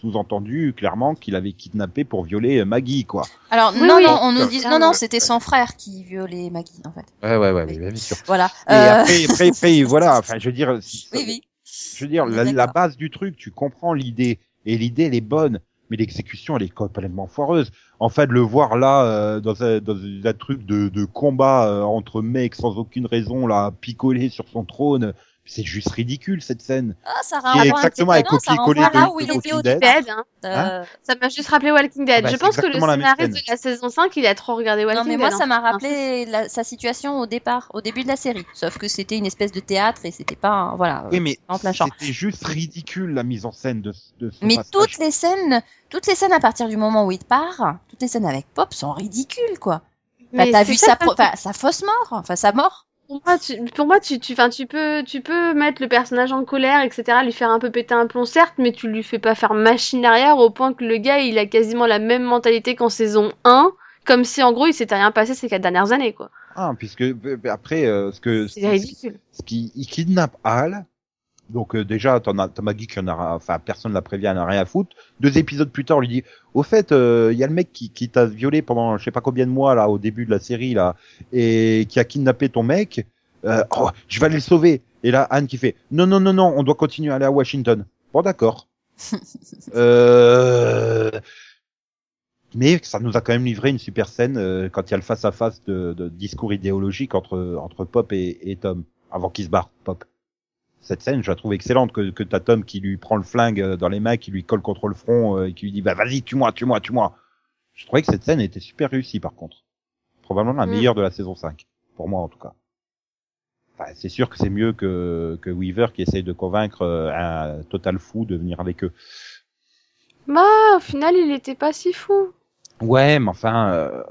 A: sous-entendu clairement qu'il avait kidnappé pour violer euh, Maggie, quoi.
C: Alors,
B: Oui,
C: non,
B: oui.
C: non, on nous dit, non,
B: Clairement.
C: non, c'était son frère qui violait Maggie, en fait.
A: Ouais, ouais, ouais,
C: mais
A: bien sûr.
C: Voilà.
A: Et
C: Euh,
A: après, après, après, voilà, enfin, je veux dire, si-
C: Oui, oui.
A: je veux dire,
C: On est
A: la, la
C: d'accord.
A: base du truc, tu comprends l'idée et l'idée, elle est bonne, mais l'exécution, elle est complètement foireuse. En fait, de le voir là euh, dans, un, dans un truc de, de combat euh, entre mecs sans aucune raison, là, picolé sur son trône, c'est juste ridicule cette scène.
C: Ah, ça
A: Qui est
C: renvoie un
A: exactement un
C: petit peu, non, ça
A: copier-coller
C: renvoie
A: de-
C: là où
A: de
C: il était au
A: Walking Dead.
C: départ.
B: Dead, hein.
C: Euh,
B: ça m'a juste rappelé Walking Dead.
A: Ah bah,
B: je
A: c'est
B: pense que le
A: exactement la même
B: scénariste
A: scène.
B: de la saison 5, il a trop regardé Walking
C: Non, mais
B: Dead.
C: moi,
B: hein.
C: ça m'a rappelé la- sa situation au départ, au début de la série. Sauf que c'était une espèce de théâtre et c'était pas, un- voilà.
A: Oui, mais
C: en plein champ.
A: c'était juste ridicule la mise en scène de, ce- de ce
C: Mais
A: passage.
C: toutes les scènes, toutes les scènes à partir du moment où il part, toutes les scènes avec Pop sont ridicules, quoi. Enfin,
B: hein. Mais
C: t'as
B: c'est
C: vu
B: ça,
C: sa,
B: ça,
C: pro- enfin, sa fausse mort, enfin sa mort.
B: Pour moi, tu, pour moi tu, tu, enfin, tu, peux, tu peux mettre le personnage en colère, etc., lui faire un peu péter un plomb, certes, mais tu lui fais pas faire machine arrière au point que le gars, il a quasiment la même mentalité qu'en saison 1, comme si en gros, il s'était rien passé ces quatre dernières années, quoi.
A: Ah, puisque euh, après, euh, ce que
B: C'est ridicule.
A: ce qui il kidnappe Hal. Donc euh, déjà, t'en as, t'as Maggie qui en a, enfin personne la prévient, elle n'a rien à foutre. Deux épisodes plus tard, on lui dit, au fait, euh, il y a le mec qui, qui t'a violé pendant je sais pas combien de mois là, au début de la série là, et qui a kidnappé ton mec. Euh, oh, je vais aller le sauver. Et là, Anne qui fait, non non non non, on doit continuer à aller à Washington. Bon d'accord. euh... Mais ça nous a quand même livré une super scène euh, quand il y a le face à face de de discours idéologique entre entre Pop et, et Tom avant qu'il se barre, Pop. Cette scène, je la trouve excellente, que, que t'as Tom qui lui prend le flingue euh, dans les mains, qui lui colle contre le front, euh, et qui lui dit, bah vas-y, tue-moi, tue-moi, tue-moi. Je trouvais que cette scène était super réussie, par contre. Probablement la
B: Mm.
A: meilleure de la saison 5, pour moi en tout cas. Enfin, c'est sûr que c'est mieux que, que Weaver qui essaye de convaincre euh, un total fou de venir avec eux.
B: Bah, au final, il était pas si fou.
A: Ouais, mais enfin, euh,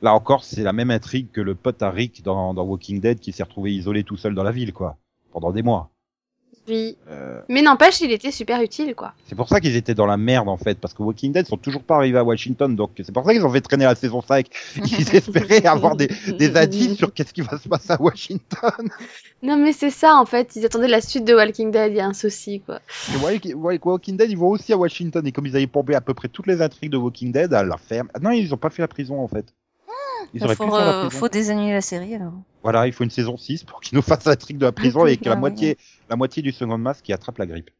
A: là encore, c'est la même intrigue que le pote à Rick dans, dans Walking Dead qui s'est retrouvé isolé tout seul dans la ville, quoi, pendant des mois.
B: Oui.
A: Euh,
B: Mais n'empêche, il était super utile, quoi.
A: c'est pour ça qu'ils étaient dans la merde en fait, parce que Walking Dead sont toujours pas arrivés à Washington, donc c'est pour ça qu'ils ont fait traîner la saison 5. Ils espéraient avoir des,
B: Mm.
A: des indices sur qu'est-ce qui va se passer à Washington.
B: Non, mais c'est ça, en fait. Ils attendaient la suite de Walking Dead, il y a un souci, quoi.
A: Et Walk- Walk- Walking Dead, ils vont aussi à Washington, et comme ils avaient pompé à peu près toutes les intrigues de Walking Dead à la ferme. Ah non, ils ont pas fait la prison en fait. Ils auraient pu
C: faut,
A: faire la
C: euh,
A: prison.
C: faut désannuler la série alors.
A: Voilà, il faut une saison 6 pour qu'ils nous fassent la trick de la prison et que la
C: Ah,
A: moitié, la moitié du second masque qui attrape la grippe.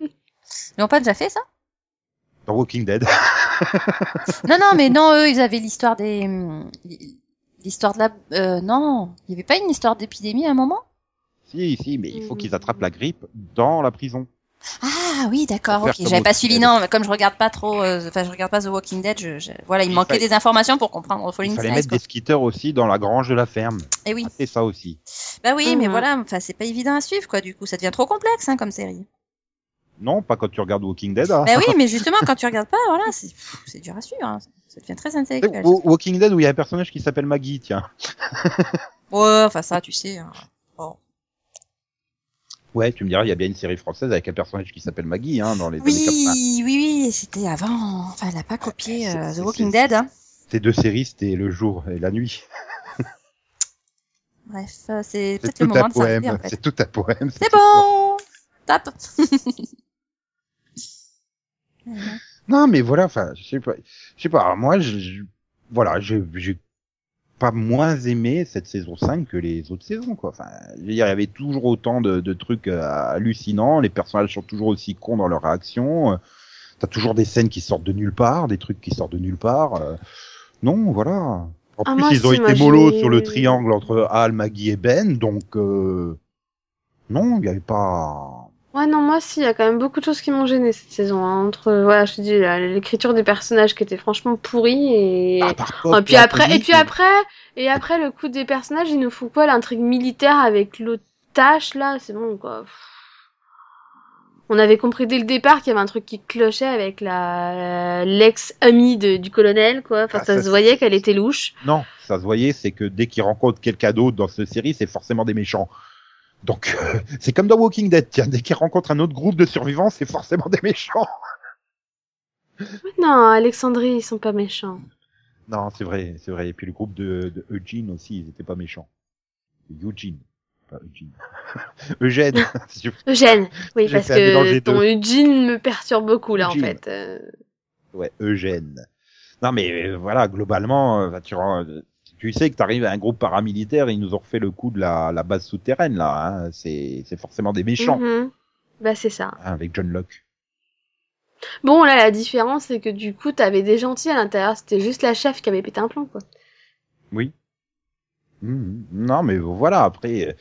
C: Ils n'ont pas déjà fait ça
A: Dans Walking Dead.
C: Non, non, mais non, eux, ils avaient l'histoire des, hum, l'histoire de la, euh, non, il y avait pas une histoire d'épidémie à un moment
A: si, si, mais il faut qu'ils attrapent la grippe dans la prison.
C: Ah oui, d'accord,
A: Pour faire
C: ok.
A: comme
C: J'avais pas
A: Walking
C: suivi,
A: Dead.
C: non, mais comme je regarde pas trop, euh, enfin, je regarde pas The Walking Dead, je, je- voilà, il
A: Il
C: me manquait
A: fallait-
C: des informations pour comprendre Falling
A: Il fallait
C: Skies,
A: mettre des skitters aussi dans la grange de la ferme.
C: Et oui,
A: Ah, C'est ça aussi.
C: bah oui, mais
B: Mhm.
C: voilà, enfin, c'est pas évident à suivre, quoi, du coup, ça devient trop complexe, hein, comme série.
A: Non, pas quand tu regardes Walking Dead. hein.
C: bah oui, mais justement, quand tu regardes pas, voilà, c'est, pff, c'est dur à suivre, hein. ça devient très
A: C'est
C: intellectuel.
A: Wa- Walking Dead où il y a un personnage qui s'appelle Maggie, tiens.
C: Ouais, enfin, ça, tu sais, hein.
A: Ouais, tu me diras, il y a bien une série française avec un personnage qui s'appelle Maggie, hein, dans les années 80.
C: Oui, oui, oui, c'était avant. Enfin, elle a pas copié
A: C'est-
C: euh, The
A: c'est-
C: Walking
A: c'est-
C: Dead. Hein.
A: Ces deux séries, c'était le jour et la nuit.
C: Bref, euh, c'est
A: C'est
C: peut-être le
A: tout
C: moment
A: un
C: de s'arrêter.
A: poème.
C: En fait.
A: C'est tout un poème.
C: C'est bon. Tape.
A: Non, mais voilà, enfin, je sais pas, je sais pas, moi, je, je- voilà, je, j'ai pas moins aimé cette saison 5 que les autres saisons, quoi. Enfin, je veux dire, il y avait toujours autant de, de trucs euh, hallucinants, les personnages sont toujours aussi cons dans leurs réactions, euh, t'as toujours des scènes qui sortent de nulle part, des trucs qui sortent de nulle part, euh, non, voilà. En
B: Ah,
A: plus,
B: moi,
A: ils ont
B: si, moi,
A: été mollo
B: j'ai-
A: sur le triangle entre Al, Maggie et Ben, donc, euh, non, il y avait pas,
B: Ouais, non, moi, si, il y a quand même beaucoup de choses qui m'ont gêné cette saison. hein. Entre, voilà, je te dis, la- l'écriture des personnages qui était franchement pourrie et.
A: à part Pop
B: Ah, puis
A: et
B: après, et
A: Anthony,
B: puis après, et après le coup des personnages, ils nous font quoi L'intrigue militaire avec l'autre tâche là, c'est bon quoi. Pff. On avait compris dès le départ qu'il y avait un truc qui clochait avec la l'ex amie de- du colonel quoi. Enfin,
A: Ah,
B: ça,
A: ça,
B: se
A: c'est-
B: voyait qu'elle était louche.
A: Non, ça se voyait, c'est que dès qu'ils rencontrent quelqu'un d'autre dans cette série, c'est forcément des méchants. Donc, euh, c'est comme dans Walking Dead, tiens, dès qu'ils rencontrent un autre groupe de survivants, c'est forcément des méchants.
B: Mais non, Alexandrie, ils sont pas méchants.
A: Non, c'est vrai, c'est vrai. Et puis le groupe de, de Eugene aussi, ils étaient pas méchants. Eugene, pas Eugene. Eugène. Je-
B: Eugène, oui,
A: J'ai
B: parce
A: fait un mélange
B: que
A: des
B: ton Eugene me perturbe beaucoup là en
A: Eugene.
B: fait. Euh,
A: ouais, Eugène. Non, mais euh, voilà, globalement, euh, tu, rends- euh, tu sais que t'arrives à un groupe paramilitaire, ils nous ont refait le coup de la, la base souterraine là. hein. C'est, c'est forcément des méchants
B: mhm. Bah c'est ça.
A: hein, avec John Locke.
B: Bon là la différence c'est que du coup t'avais des gentils à l'intérieur, c'était juste la chef qui avait pété un plomb quoi.
A: Mhm. Non, mais voilà, après, euh,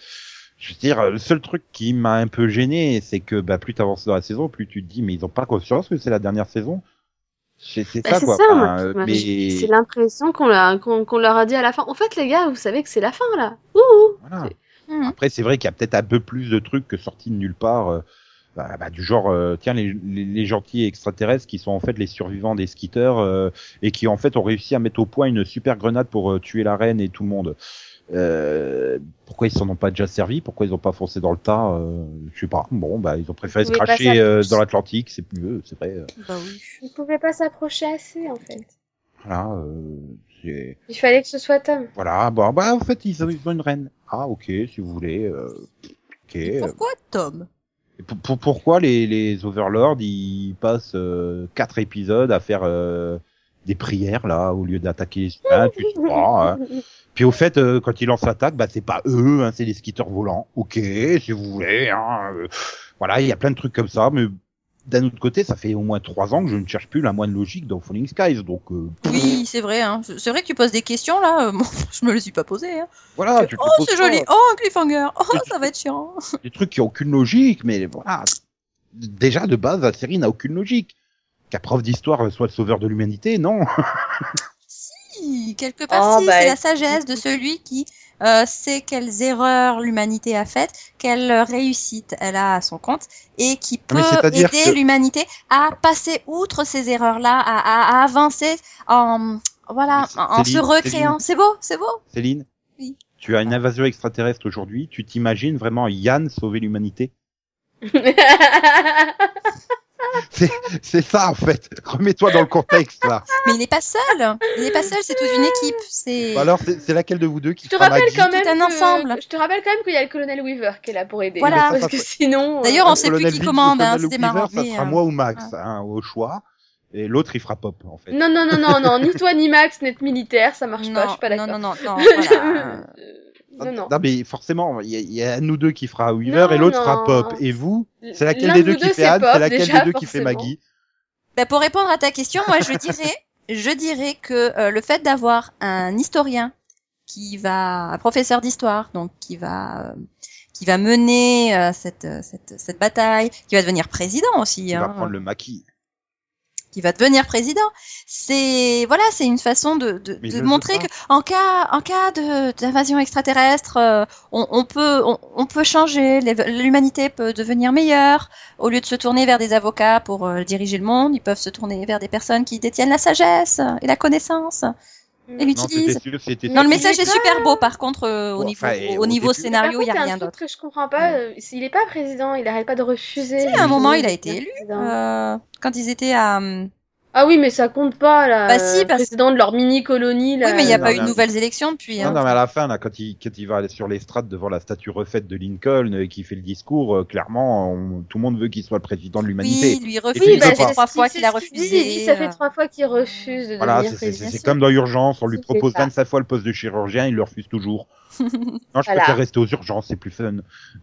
A: je veux dire, le seul truc qui m'a un peu gêné, c'est que bah, plus t'avances dans la saison, plus tu te dis, mais ils ont pas conscience que c'est la dernière saison. C'est c'est ça,
B: Bah,
A: quoi.
B: moi,
A: Enfin,
B: qui
A: euh,
B: m'a-
A: mais
B: C'est l'impression qu'on leur, qu'on, qu'on leur a dit à la fin. En fait, les gars, vous savez que c'est la fin, là. Ouh
A: voilà.
B: Hmm.
C: Mhm.
A: Après, c'est vrai qu'il y a peut-être un peu plus de trucs que sortis de nulle part. euh, bah, bah, du genre, euh, tiens, les, les, les gentils extraterrestres qui sont en fait les survivants des skitters euh, et qui en fait ont réussi à mettre au point une super grenade pour euh, tuer la reine et tout le monde. Euh, pourquoi ils s'en ont pas déjà servi Pourquoi ils ont pas foncé dans le tas euh, Je sais pas. Bon, bah ils ont préféré
B: Vous
A: se
B: pouvez
A: cracher
B: passer à
A: euh,
B: tous.
A: dans l'Atlantique, c'est plus mieux, c'est vrai. euh,
C: Bah oui.
B: Ils pouvaient pas s'approcher assez, en fait.
A: voilà, euh, c'est-
B: Il fallait que ce soit Tom.
A: voilà. Bon, bah en fait ils ont, ils ont une reine. Ah ok, si vous voulez. euh, ok. euh,
C: Pourquoi Tom
A: Et pour- pour- pourquoi les, les Overlords ils passent euh, quatre épisodes à faire euh, des prières là au lieu d'attaquer les humains, tu te crois, hein. Puis au fait, euh, quand ils lancent l'attaque, bah c'est pas eux, hein, c'est les skitters volants. Ok, si vous voulez. Hein, euh, voilà, il y a plein de trucs comme ça, mais d'un autre côté, ça fait au moins trois ans que je ne cherche plus la moindre logique dans Falling Skies, donc euh,
C: Oui, c'est vrai. Hein. C'est vrai que tu poses des questions là. euh, moi, je me les suis pas posées. Hein.
A: voilà. Ah, Tu te
C: oh,
A: poses
C: c'est
A: pas.
C: joli. Oh, un cliffhanger. Oh, ça va être chiant.
A: des trucs qui ont aucune logique, mais voilà. Déjà, de base, la série n'a aucune logique. Qu'un prof d'histoire euh, soit le sauveur de l'humanité, non.
C: Si, Quelque part,
B: Oh,
C: si,
B: bah,
C: c'est la sagesse de celui qui euh, sait quelles erreurs l'humanité a faites, quelles réussites elle a à son compte, et qui
A: Ah, mais
C: peut aider
A: c'est-à-dire que-
C: l'humanité à passer outre ces erreurs-là, à, à- à avancer en voilà,
A: Mais c'est-
C: en en se
A: Céline,
C: recréant. C'est beau, c'est beau.
A: Céline
C: Oui.
A: Tu as une invasion extraterrestre aujourd'hui. Tu t'imagines vraiment Yann sauver l'humanité C'est c'est ça en fait. Remets-toi dans le contexte là.
C: Mais il n'est pas seul. Il n'est pas seul, c'est toute une équipe. C'est
A: Bah alors c'est c'est laquelle de vous deux qui
B: Je te
A: fera
B: rappelle
A: Maggie
B: quand même
C: Tout un
B: que-
C: ensemble.
B: Je te rappelle quand même qu'il y a le colonel Weaver qui est là pour aider.
C: Voilà.
B: Parce que sinon. euh,
C: D'ailleurs, on sait
A: Colonel
C: plus qui
A: Vic ou
C: commande, hein,
A: Colonel
C: c'était
A: Weaver,
C: marrant.
A: Ça
C: mais,
A: sera
C: euh,
A: moi ou Max, hein, au choix. Et l'autre, il fera pop, en fait.
B: Non, non, non, non, non. Ni toi ni Max n'êtes militaire, ça marche pas. Je suis pas
C: non,
B: d'accord.
C: non, non, non, voilà.
B: Euh, non, non.
A: mais forcément, il y, a- il y a nous deux qui fera Weaver
B: Non,
A: et l'autre
B: non.
A: fera pop. Et vous, c'est laquelle
B: L'un
A: des
B: de
A: deux
B: vous
A: qui fait
B: c'est
A: Anne,
B: Pop,
A: c'est laquelle
B: déjà,
A: des deux qui fait
B: forcément.
A: Maggie
C: Bah, pour répondre à ta question, moi je dirais, je dirais que euh, le fait d'avoir un historien qui va, un professeur d'histoire, donc qui va, euh, qui va mener euh, cette, euh, cette, cette bataille, qui va devenir président aussi,
A: qui va
C: hein,
A: prendre le maquis.
C: qui va devenir président, c'est voilà, c'est une façon de, de,
A: Mais il
C: de
A: le veut
C: montrer
A: pas.
C: que en cas, en cas de d'invasion extraterrestre, euh, on, on peut, on, on peut changer, l'éve- l'humanité peut devenir meilleure. Au lieu de se tourner vers des avocats pour euh, diriger le monde, ils peuvent se tourner vers des personnes qui détiennent la sagesse et la connaissance et
B: Non,
A: Non, c'était
C: l'utilisent.
A: sûr, c'était
C: Non,
A: sûr.
C: le message est
B: pas-
C: super beau. Par contre, euh, au
A: Bon,
C: niveau,
A: enfin, et
C: au
A: au
C: niveau
A: début-
B: Par
C: scénario,
B: contre,
C: il y a
B: un
C: rien
B: truc
C: d'autre.
B: que je comprends pas. euh, Il est pas président, il arrête pas de refuser.
C: Si, à un moment, il a
B: Oui,
C: été
B: il est
C: élu,
B: président.
C: Euh, quand ils étaient à, hum,
B: Ah oui, mais ça compte pas là.
C: Bah si,
B: euh,
C: parce-
B: Président de leur mini colonie là.
C: oui, mais il n'y a
A: non,
C: pas
A: mais
C: eu de
A: un-
C: nouvelles élections depuis.
A: Non,
C: hein.
A: non, mais à la fin, là, quand il, quand il va aller sur l'estrade devant la statue refaite de Lincoln euh, et qu'il fait le discours, euh, clairement, on- tout le monde veut qu'il soit le président de l'humanité.
C: Oui, lui refuse.
A: puis,
B: Oui,
A: il
B: bah,
A: veut
B: c'est
A: pas.
C: trois
B: ce
C: fois
B: qu'il-
C: qu'il a
B: c'est ce qu'il
C: refusé.
B: dit, il dit, ça fait
C: euh.
B: trois fois qu'il refuse de
A: Voilà, c'est-
B: devenir
A: c'est- c'est
B: président.
A: c'est comme dans l'urgence, on lui
B: C'est
A: propose
B: ça.
A: 25 fois le poste de chirurgien, il le refuse toujours. non, je
B: Voilà. Mm.
A: préfère rester aux urgences, c'est plus fun.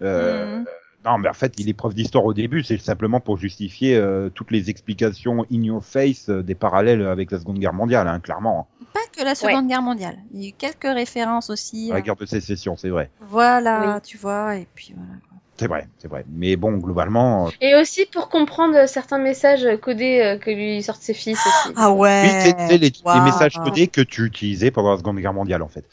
A: Euh,
C: Mhm.
A: Non, mais en fait, il est prof d'histoire au début, c'est simplement pour justifier euh, toutes les explications in your face euh, des parallèles avec la Seconde Guerre mondiale, hein, clairement.
C: Pas que la Seconde Guerre mondiale. Il y a eu quelques références aussi.
A: La
C: euh,
A: guerre de sécession, c'est vrai.
C: Voilà, tu vois, et puis voilà.
A: C'est vrai, c'est vrai. Mais bon, globalement, euh,
B: Et aussi pour comprendre certains messages codés euh, que lui sortent ses fils aussi.
C: Ah
A: oui,
C: ouais.
A: c'est c'est les, les
C: waouh.
A: messages codés que tu utilisais pendant la Seconde Guerre mondiale, en fait.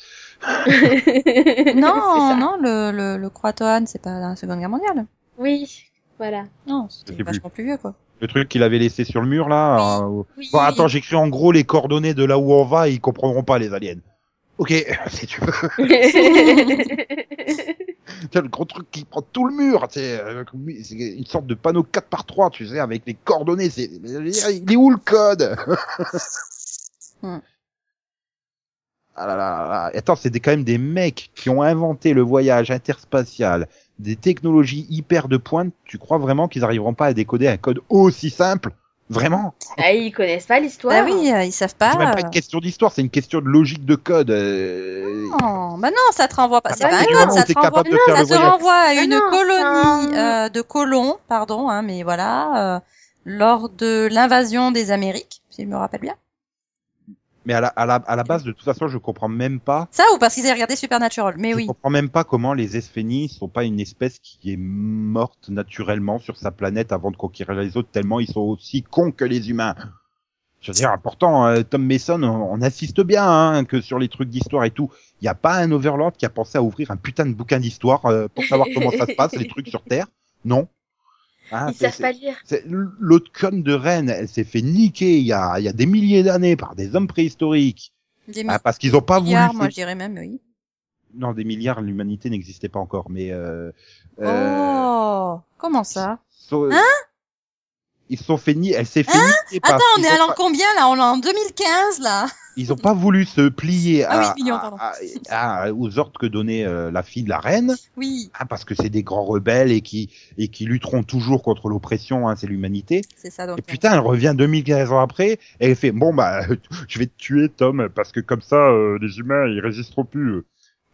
B: C'est ça.
C: Non, non, le, le, le croatoan, c'est pas dans la Seconde Guerre mondiale.
B: Oui, voilà.
C: Non,
A: Je
C: c'était
A: sais plus.
C: vachement plus vieux, quoi.
A: Le truc qu'il avait laissé sur le mur, là. euh,
C: Oui,
A: Bon, attends, j'écris en gros les coordonnées de là où on va, ils comprendront pas, les aliens. Ok, si tu veux. Putain, le gros truc qui prend tout le mur, c'est euh, c'est une sorte de panneau 4 par 3 tu sais, avec les coordonnées. C'est, il est où le code
C: Hmm.
A: Ah là là là. là. Attends, c'est des- quand même des mecs qui ont inventé le voyage interspatial, des technologies hyper de pointe. Tu crois vraiment qu'ils arriveront pas à décoder un code aussi simple Vraiment
B: ah, ils connaissent pas
C: Bah
B: l'histoire.
C: oui, euh, ils savent
A: C'est même
C: pas.
A: pas une question d'histoire, c'est une question de logique de code. euh.
C: Non, bah non, ça te renvoie pas.
A: À
C: C'est pas
A: partir
C: un
A: du
C: code,
A: moment où
C: ça
A: t'es
C: te renvoie.
A: capable de faire
C: Ça
A: le
C: te
A: voyage
C: renvoie à
B: Ah
C: une
B: non, Ah.
C: colonie
B: ça-
C: euh, de colons, pardon, hein, mais voilà, euh, lors de l'invasion des Amériques, si je me rappelle bien.
A: Mais à la, à, la, à la base, de toute façon, je comprends même pas.
C: Ça ou parce qu'ils avaient regardé Supernatural,
B: Eh
C: mais
A: je
C: oui.
A: comprends même pas comment les Esphenies sont pas une espèce qui est morte naturellement sur sa planète avant de conquérir les autres, tellement ils sont aussi cons que les humains. Je veux dire, pourtant, euh, Tom Mason, on, on assiste bien hein, que sur les trucs d'histoire et tout, il n'y a pas un Overlord qui a pensé à ouvrir un putain de bouquin d'histoire euh, pour savoir comment ça se passe, les trucs sur Terre. Non. Hein,
B: Ils
A: c'est-
B: savent pas lire.
A: c'est- L'autre conne de Rennes, elle s'est fait niquer il y a, il y a des milliers d'années par des hommes préhistoriques.
B: Mm.
C: Des
A: Ah, parce qu'ils ont pas voulu.
C: milliards,
A: se-
C: moi je dirais même, oui.
A: Non, des milliards, l'humanité n'existait pas encore. Mais euh, euh,
C: Oh, comment ça
A: sont-
C: Hein
A: ils se sont fait ni... Elle s'est fait niquer parce
C: Attends, on
A: qu'ils
C: est
A: ont
C: allé en
A: pas-
C: combien là On est en 2015 là
A: Ils ont pas voulu se plier
C: Ah oui,
A: à,
C: millions,
A: à-
C: pardon.
A: à- à- aux ordres que donnait euh, la fille de la reine,
C: Oui,
A: hein, parce que c'est des grands rebelles et qui et qui lutteront toujours contre l'oppression. Hein, c'est l'humanité.
C: c'est ça donc. euh,
A: Et putain, elle revient 2015 ans après, et elle fait bon bah je vais te tuer Tom parce que comme ça euh, les humains ils résisteront plus. eux.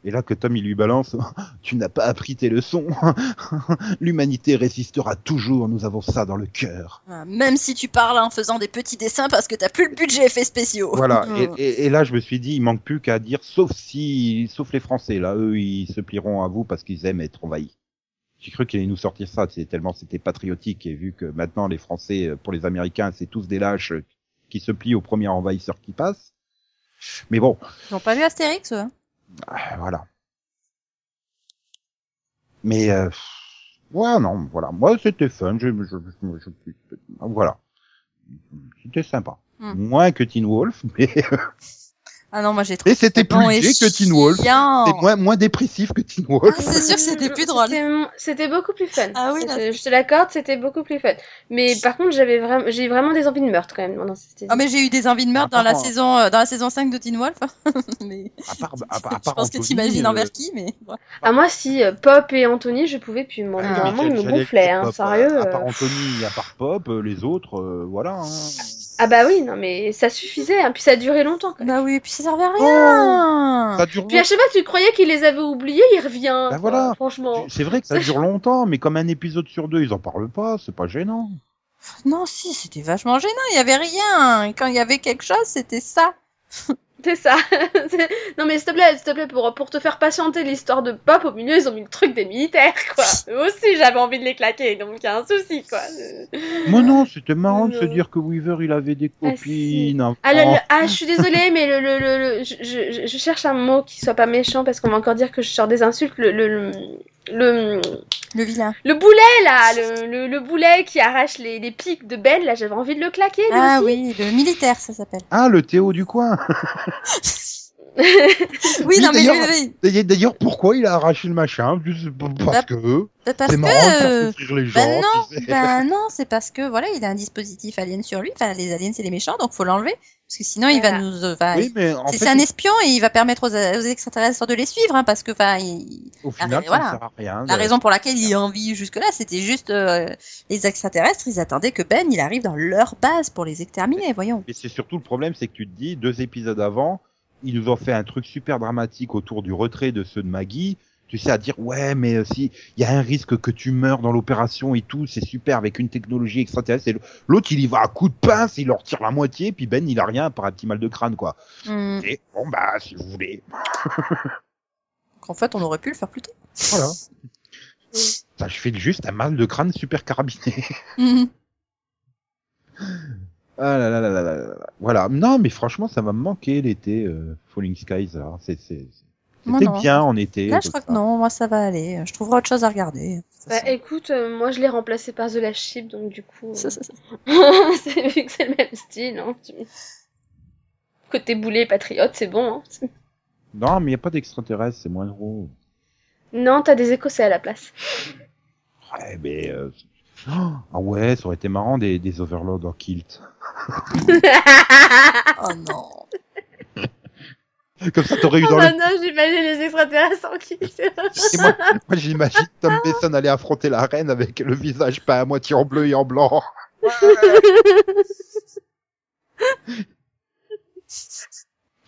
A: Et là que Tom il lui balance, tu n'as pas appris tes leçons. L'humanité résistera toujours, nous avons ça dans le cœur.
C: euh, Même si tu parles en faisant des petits dessins parce que t'as plus le budget effets spéciaux.
A: Voilà.
C: Mmh.
A: Et, et- et là je me suis dit il manque plus qu'à dire sauf si sauf les Français là eux ils se plieront à vous parce qu'ils aiment être envahis. J'ai cru qu'il allait nous sortir ça, c'est tellement c'était patriotique et vu que maintenant les Français euh, pour les Américains c'est tous des lâches euh, qui se plient au premier envahisseur qui passe. Mais bon,
C: Ils n'ont pas vu Astérix eux, hein
A: euh, voilà. Mais euh, ouais non voilà moi c'était fun je, je- je- je- je- voilà c'était sympa
C: Hmm.
A: moins que Teen Wolf mais
C: Ah non, moi j'ai trouvé.
A: Et c'était
C: ça long
A: plus
C: et
A: gai que Teen Wolf.
C: chiant.
A: C'est moins, moins dépressif que Teen
C: Ah,
A: Wolf.
C: C'est sûr que c'était plus drôle.
B: C'était- C'était beaucoup plus fun.
C: Ah oui, là,
B: C'était- je te l'accorde, c'était beaucoup plus fun. Mais par contre, j'avais vraiment, j'ai eu vraiment des envies de meurtre quand même. pendant cette saison.
C: Ah mais j'ai eu des envies de meurtre dans la
A: Apparemment.
C: saison euh, dans la saison 5 de Teen Wolf. hein. mais
A: À part, ah, bah, à, part- à
C: je
A: part
C: pense que
A: Anthony,
C: t'imagines
A: euh,
C: envers qui mais voilà.
B: Ah, moi, si euh, Pop et Anthony, je pouvais plus. Moi, au bout d'un
C: Ah,
B: moment, ils me
A: j'allais dire
B: gonflaient, hein,
A: Pop,
B: sérieux.
A: À, à
B: euh.
A: part Anthony, à part Pop, euh, les autres, euh, voilà. hein.
B: Ah bah oui, non mais ça suffisait. hein. Puis ça a duré longtemps. Quoi.
C: Bah oui, puis ça servait à rien.
A: Ça dure
B: Puis à chaque fois, tu croyais qu'il les avait oubliés, il revient.
A: Bah
B: quoi,
A: voilà.
B: Franchement.
A: longtemps. C'est vrai que ça dure longtemps, mais comme un épisode sur deux, ils en parlent pas, c'est pas gênant.
C: Non, si, c'était vachement gênant, il y avait rien. Et Quand il y avait quelque chose, c'était ça.
B: C'est ça. C'est- non mais s'il te plaît, s'il te plaît, pour, pour te faire patienter l'histoire de Pop, au milieu ils ont mis le truc des militaires, quoi. Moi aussi j'avais envie de les claquer, donc il y a un souci, quoi.
A: Moi non, c'était marrant de
B: Non.
A: se dire que Weaver, il avait des
B: Ah,
A: copines. un
B: Ah, le- le-
A: enfant.
B: ah, je suis désolée, mais le, le, le, le- je, je- je cherche un mot qui soit pas méchant parce qu'on va encore dire que je sors des insultes. Le, le, le, le,
C: Le vilain.
B: le boulet là, le, le, le boulet qui arrache les, les pics de Belle, là j'avais envie de le claquer. lui
C: Ah
B: aussi.
C: oui, le militaire, ça s'appelle.
A: Ah, le Théo du coin.
C: Oui,
A: Oui,
C: non mais lui,
A: d'ailleurs-
C: lui,
A: Et D'ailleurs, pourquoi il a arraché le machin Juste
C: Bah,
A: Parce que euh, bah
C: lui. parce
A: c'est marrant de faire
C: que
A: souffrir les gens.
C: ben
A: tu sais.
C: Ben non, c'est parce que voilà, il a un dispositif alien sur lui. Enfin, les aliens, c'est les méchants, donc faut l'enlever parce que sinon il va
B: Voilà.
C: nous. euh, va-
A: Oui, mais en
C: c'est
A: fait,
C: c'est un espion et il va permettre aux, euh, aux extraterrestres de les suivre, hein, parce que enfin, il-
A: au
C: Ah,
A: final, ça
C: voilà.
A: ne sert à rien.
C: la
A: de-
C: raison pour laquelle il est en vie jusque-là, c'était juste euh, les extraterrestres, ils attendaient que Ben il arrive dans leur base pour les exterminer, voyons.
A: Mais c'est surtout le problème, c'est que tu te dis, deux épisodes avant, ils nous ont fait un truc super dramatique autour du retrait de ceux de Maggie. Tu sais, à dire, ouais, mais euh, si, il y a un risque que tu meurs dans l'opération et tout, c'est super avec une technologie extraterrestre. Et L'autre, il y va à coups de pince, il leur tire la moitié, puis Ben, il a rien par un petit mal de crâne, quoi.
C: Hmm,
A: Et bon, bah, si vous voulez.
C: donc en fait, on aurait pu le faire plus tôt.
A: Voilà. Ça, je fais juste un mal de crâne super carabiné.
C: Mhm.
A: Ah là là là là là là là. Voilà. Non, mais franchement, ça m'a manqué l'été, euh, Falling Skies, là. C'est, c'est,
C: Moi,
A: c'était
C: non.
A: bien en été.
C: Là, je
A: comme
C: crois que
A: ça.
C: non, moi ça va aller. Je trouverai autre chose à regarder.
B: Bah écoute, euh, moi je l'ai remplacé par The Last Ship, donc du coup.
C: Ça, ça, ça.
B: euh, c'est vu que c'est le même style, hein. tu- Côté boulet patriote, c'est bon, hein.
A: Non, mais il n'y a pas d'extraterrestres, c'est moins gros.
B: Non, t'as des écossais à la place.
A: Ouais, mais... euh, oh, ah ouais, ça aurait été marrant des, des overlords en kilt.
C: Oh non.
A: Comme ça, t'aurais eu
B: Oh
C: Ah,
A: dans
B: bah
A: le...
B: non, j'imagine les extraterrestres en qui
A: Et moi, moi, j'imagine Tom Besson aller affronter la reine avec le visage pas à moitié en bleu et en blanc.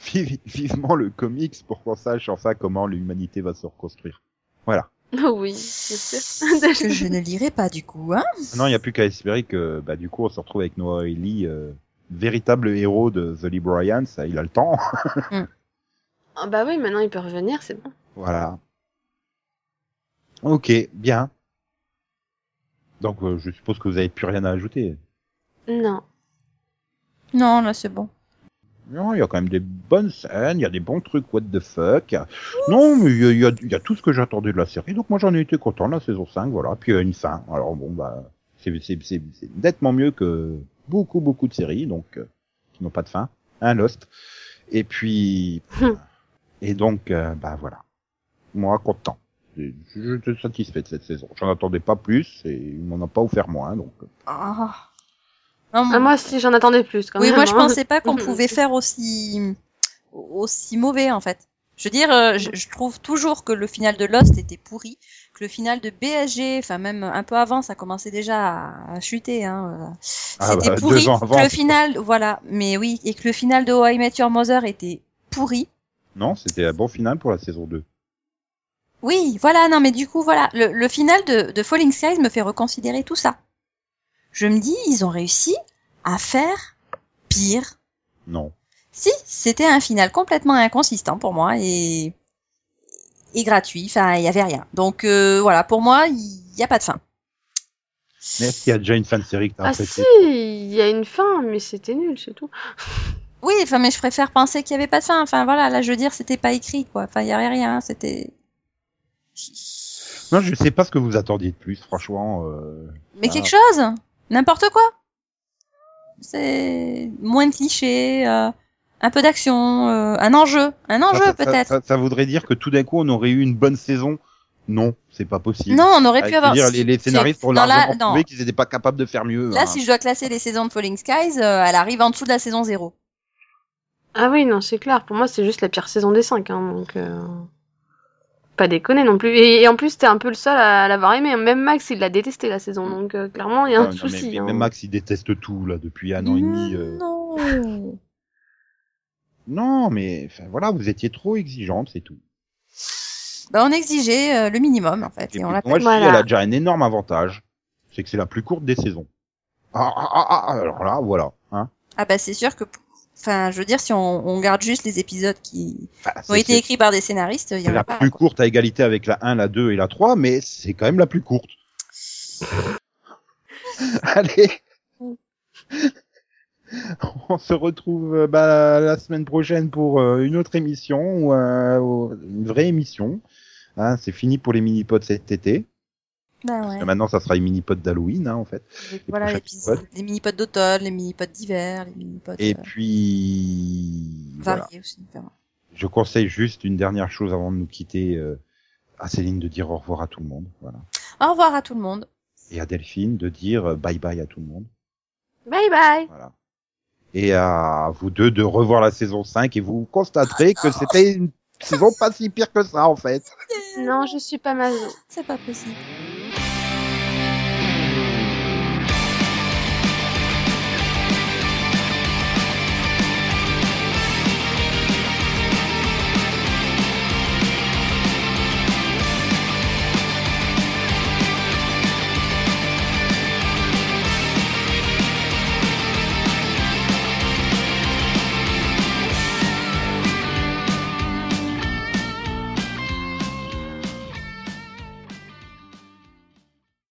A: Vive- vivement le comics pour qu'on sache enfin comment l'humanité va se reconstruire. Voilà.
B: Oh oui, bien sûr.
C: que je ne lirai pas du coup, hein.
A: Maintenant, il n'y a plus qu'à espérer que, bah, du coup, on se retrouve avec Noah Ely, euh, véritable héros de The Lee Bryant, ça, il a le temps.
B: Ah bah oui, maintenant il peut revenir, c'est bon.
A: Voilà. Ok, bien. Donc, euh, je suppose que vous n'avez plus rien à ajouter.
B: Non.
C: Non, là c'est bon.
A: Non, il y a quand même des bonnes scènes, il y a des bons trucs, what the fuck. Non, mais il y a, il y a- il y a tout ce que j'attendais de la série, donc moi j'en ai été content, la saison 5, voilà. Puis il y a une fin, alors bon, bah, c'est c'est- c'est- c'est nettement mieux que beaucoup, beaucoup de séries, donc, euh, qui n'ont pas de fin. Un Lost. Et puis,
B: Hmm.
A: et donc, euh, bah voilà. Moi, content. Je je suis satisfait de cette saison. J'en attendais pas plus, et il m'en a pas offert moins, donc. euh.
C: Ah. Non,
B: Ah, moi si, j'en attendais plus quand
C: oui,
B: même.
C: moi je
B: hein.
C: pensais pas qu'on pouvait faire aussi aussi mauvais en fait. Je veux dire, euh, je, je trouve toujours que le final de Lost était pourri, que le final de BSG, enfin même un peu avant, ça commençait déjà à, à chuter. Hein, euh,
A: Ah
C: C'était
A: bah,
C: pourri.
A: deux ans avant.
C: Que le final, voilà, mais oui, et que le final de How I Met Your Mother était pourri.
A: Non, c'était un bon final pour la saison 2.
C: Oui, voilà, non, mais du coup, voilà, le, le final de, de Falling Skies me fait reconsidérer tout ça. Je me dis, ils ont réussi à faire pire.
A: Non.
C: Si, c'était un final complètement inconsistant pour moi et, et gratuit, enfin, il y avait rien. Donc euh, voilà, pour moi, il n'y a pas de fin.
A: Mais est-ce qu'il y a déjà une fin de série que t'as
B: Ah si,
A: appréciée
B: il y a une fin, mais c'était nul, c'est tout.
C: Oui, enfin, mais je préfère penser qu'il n'y avait pas de fin. Enfin voilà, là, je veux dire, c'était pas écrit, quoi. Enfin, il n'y avait rien, c'était...
A: Non, je sais pas ce que vous attendiez de plus, franchement. euh,
C: Mais
A: Ah.
C: quelque chose N'importe quoi C'est moins de clichés. euh, un peu d'action, euh, un enjeu, un
A: Ça-
C: enjeu
A: ça- ça-
C: peut-être.
A: Ça, ça voudrait dire que tout d'un coup, on aurait eu une bonne saison. Non, c'est pas possible.
C: Non, on aurait
A: Ah,
C: pu
A: je veux
C: avoir.
A: dire, les, les scénaristes ont
C: Non, là,
A: largement
C: non.
A: prouvé qu'ils n'étaient pas capables de faire mieux.
C: Là,
A: hein.
C: si je dois classer les saisons de Falling Skies, euh, elle arrive en dessous de la saison 0.
B: Ah oui, non, c'est clair. Pour moi, c'est juste la pire saison des 5. Hein, donc, euh, pas déconner non plus. Et, et en plus, t'es un peu le seul à, l'avoir aimé. Même Max, il l'a détesté la saison. Donc, euh, clairement, il y a
A: Ah,
B: un
A: non, mais-
B: souci.
A: mais
B: hein.
A: Même Max, il déteste tout là depuis un an et demi. euh.
C: Non.
A: Non, mais enfin, voilà, vous étiez trop exigeante, c'est tout.
C: Bah, on exigeait euh, le minimum en
A: Et
C: fait. Et
A: puis,
C: on
A: pour
C: l'a
A: moi, je dis,
B: Voilà.
A: elle a déjà un énorme avantage, c'est que c'est la plus courte des saisons. Ah, ah, ah, ah, alors là, voilà. Hein.
C: Ah bah c'est sûr que, enfin, je veux dire, si on, on garde juste les épisodes qui
A: Enfin,
C: ont
A: c'est-
C: été
A: c'est-
C: écrits par des scénaristes, il y
A: c'est
C: en a
A: la
C: pas.
A: plus
C: quoi.
A: courte à égalité avec la 1, la 2 et la 3, mais c'est quand même la plus courte. Allez On se retrouve euh, bah, la semaine prochaine pour euh, une autre émission, ou euh, ou une vraie émission. Hein, c'est fini pour les mini-pods cet été.
C: Bah ouais.
A: Et Maintenant, ça sera les mini-pods d'Halloween, hein, en fait.
C: Les- voilà
A: prochains
C: les,
A: épisodes.
C: les mini-pods d'automne, les mini-pods d'hiver, les mini-pods
A: Et
C: euh,
A: puis, voilà.
C: variés aussi. notamment.
A: je conseille juste une dernière chose avant de nous quitter euh, à Céline de dire au revoir à tout le monde, voilà,
C: Au revoir à tout le monde.
A: et à Delphine de dire euh, bye bye à tout le monde,
B: Bye bye.
A: voilà, et à vous deux de revoir la saison 5 et vous constaterez que c'était une saison pas si pire que ça en fait.
B: Non, je suis pas mazo.
C: C'est pas possible.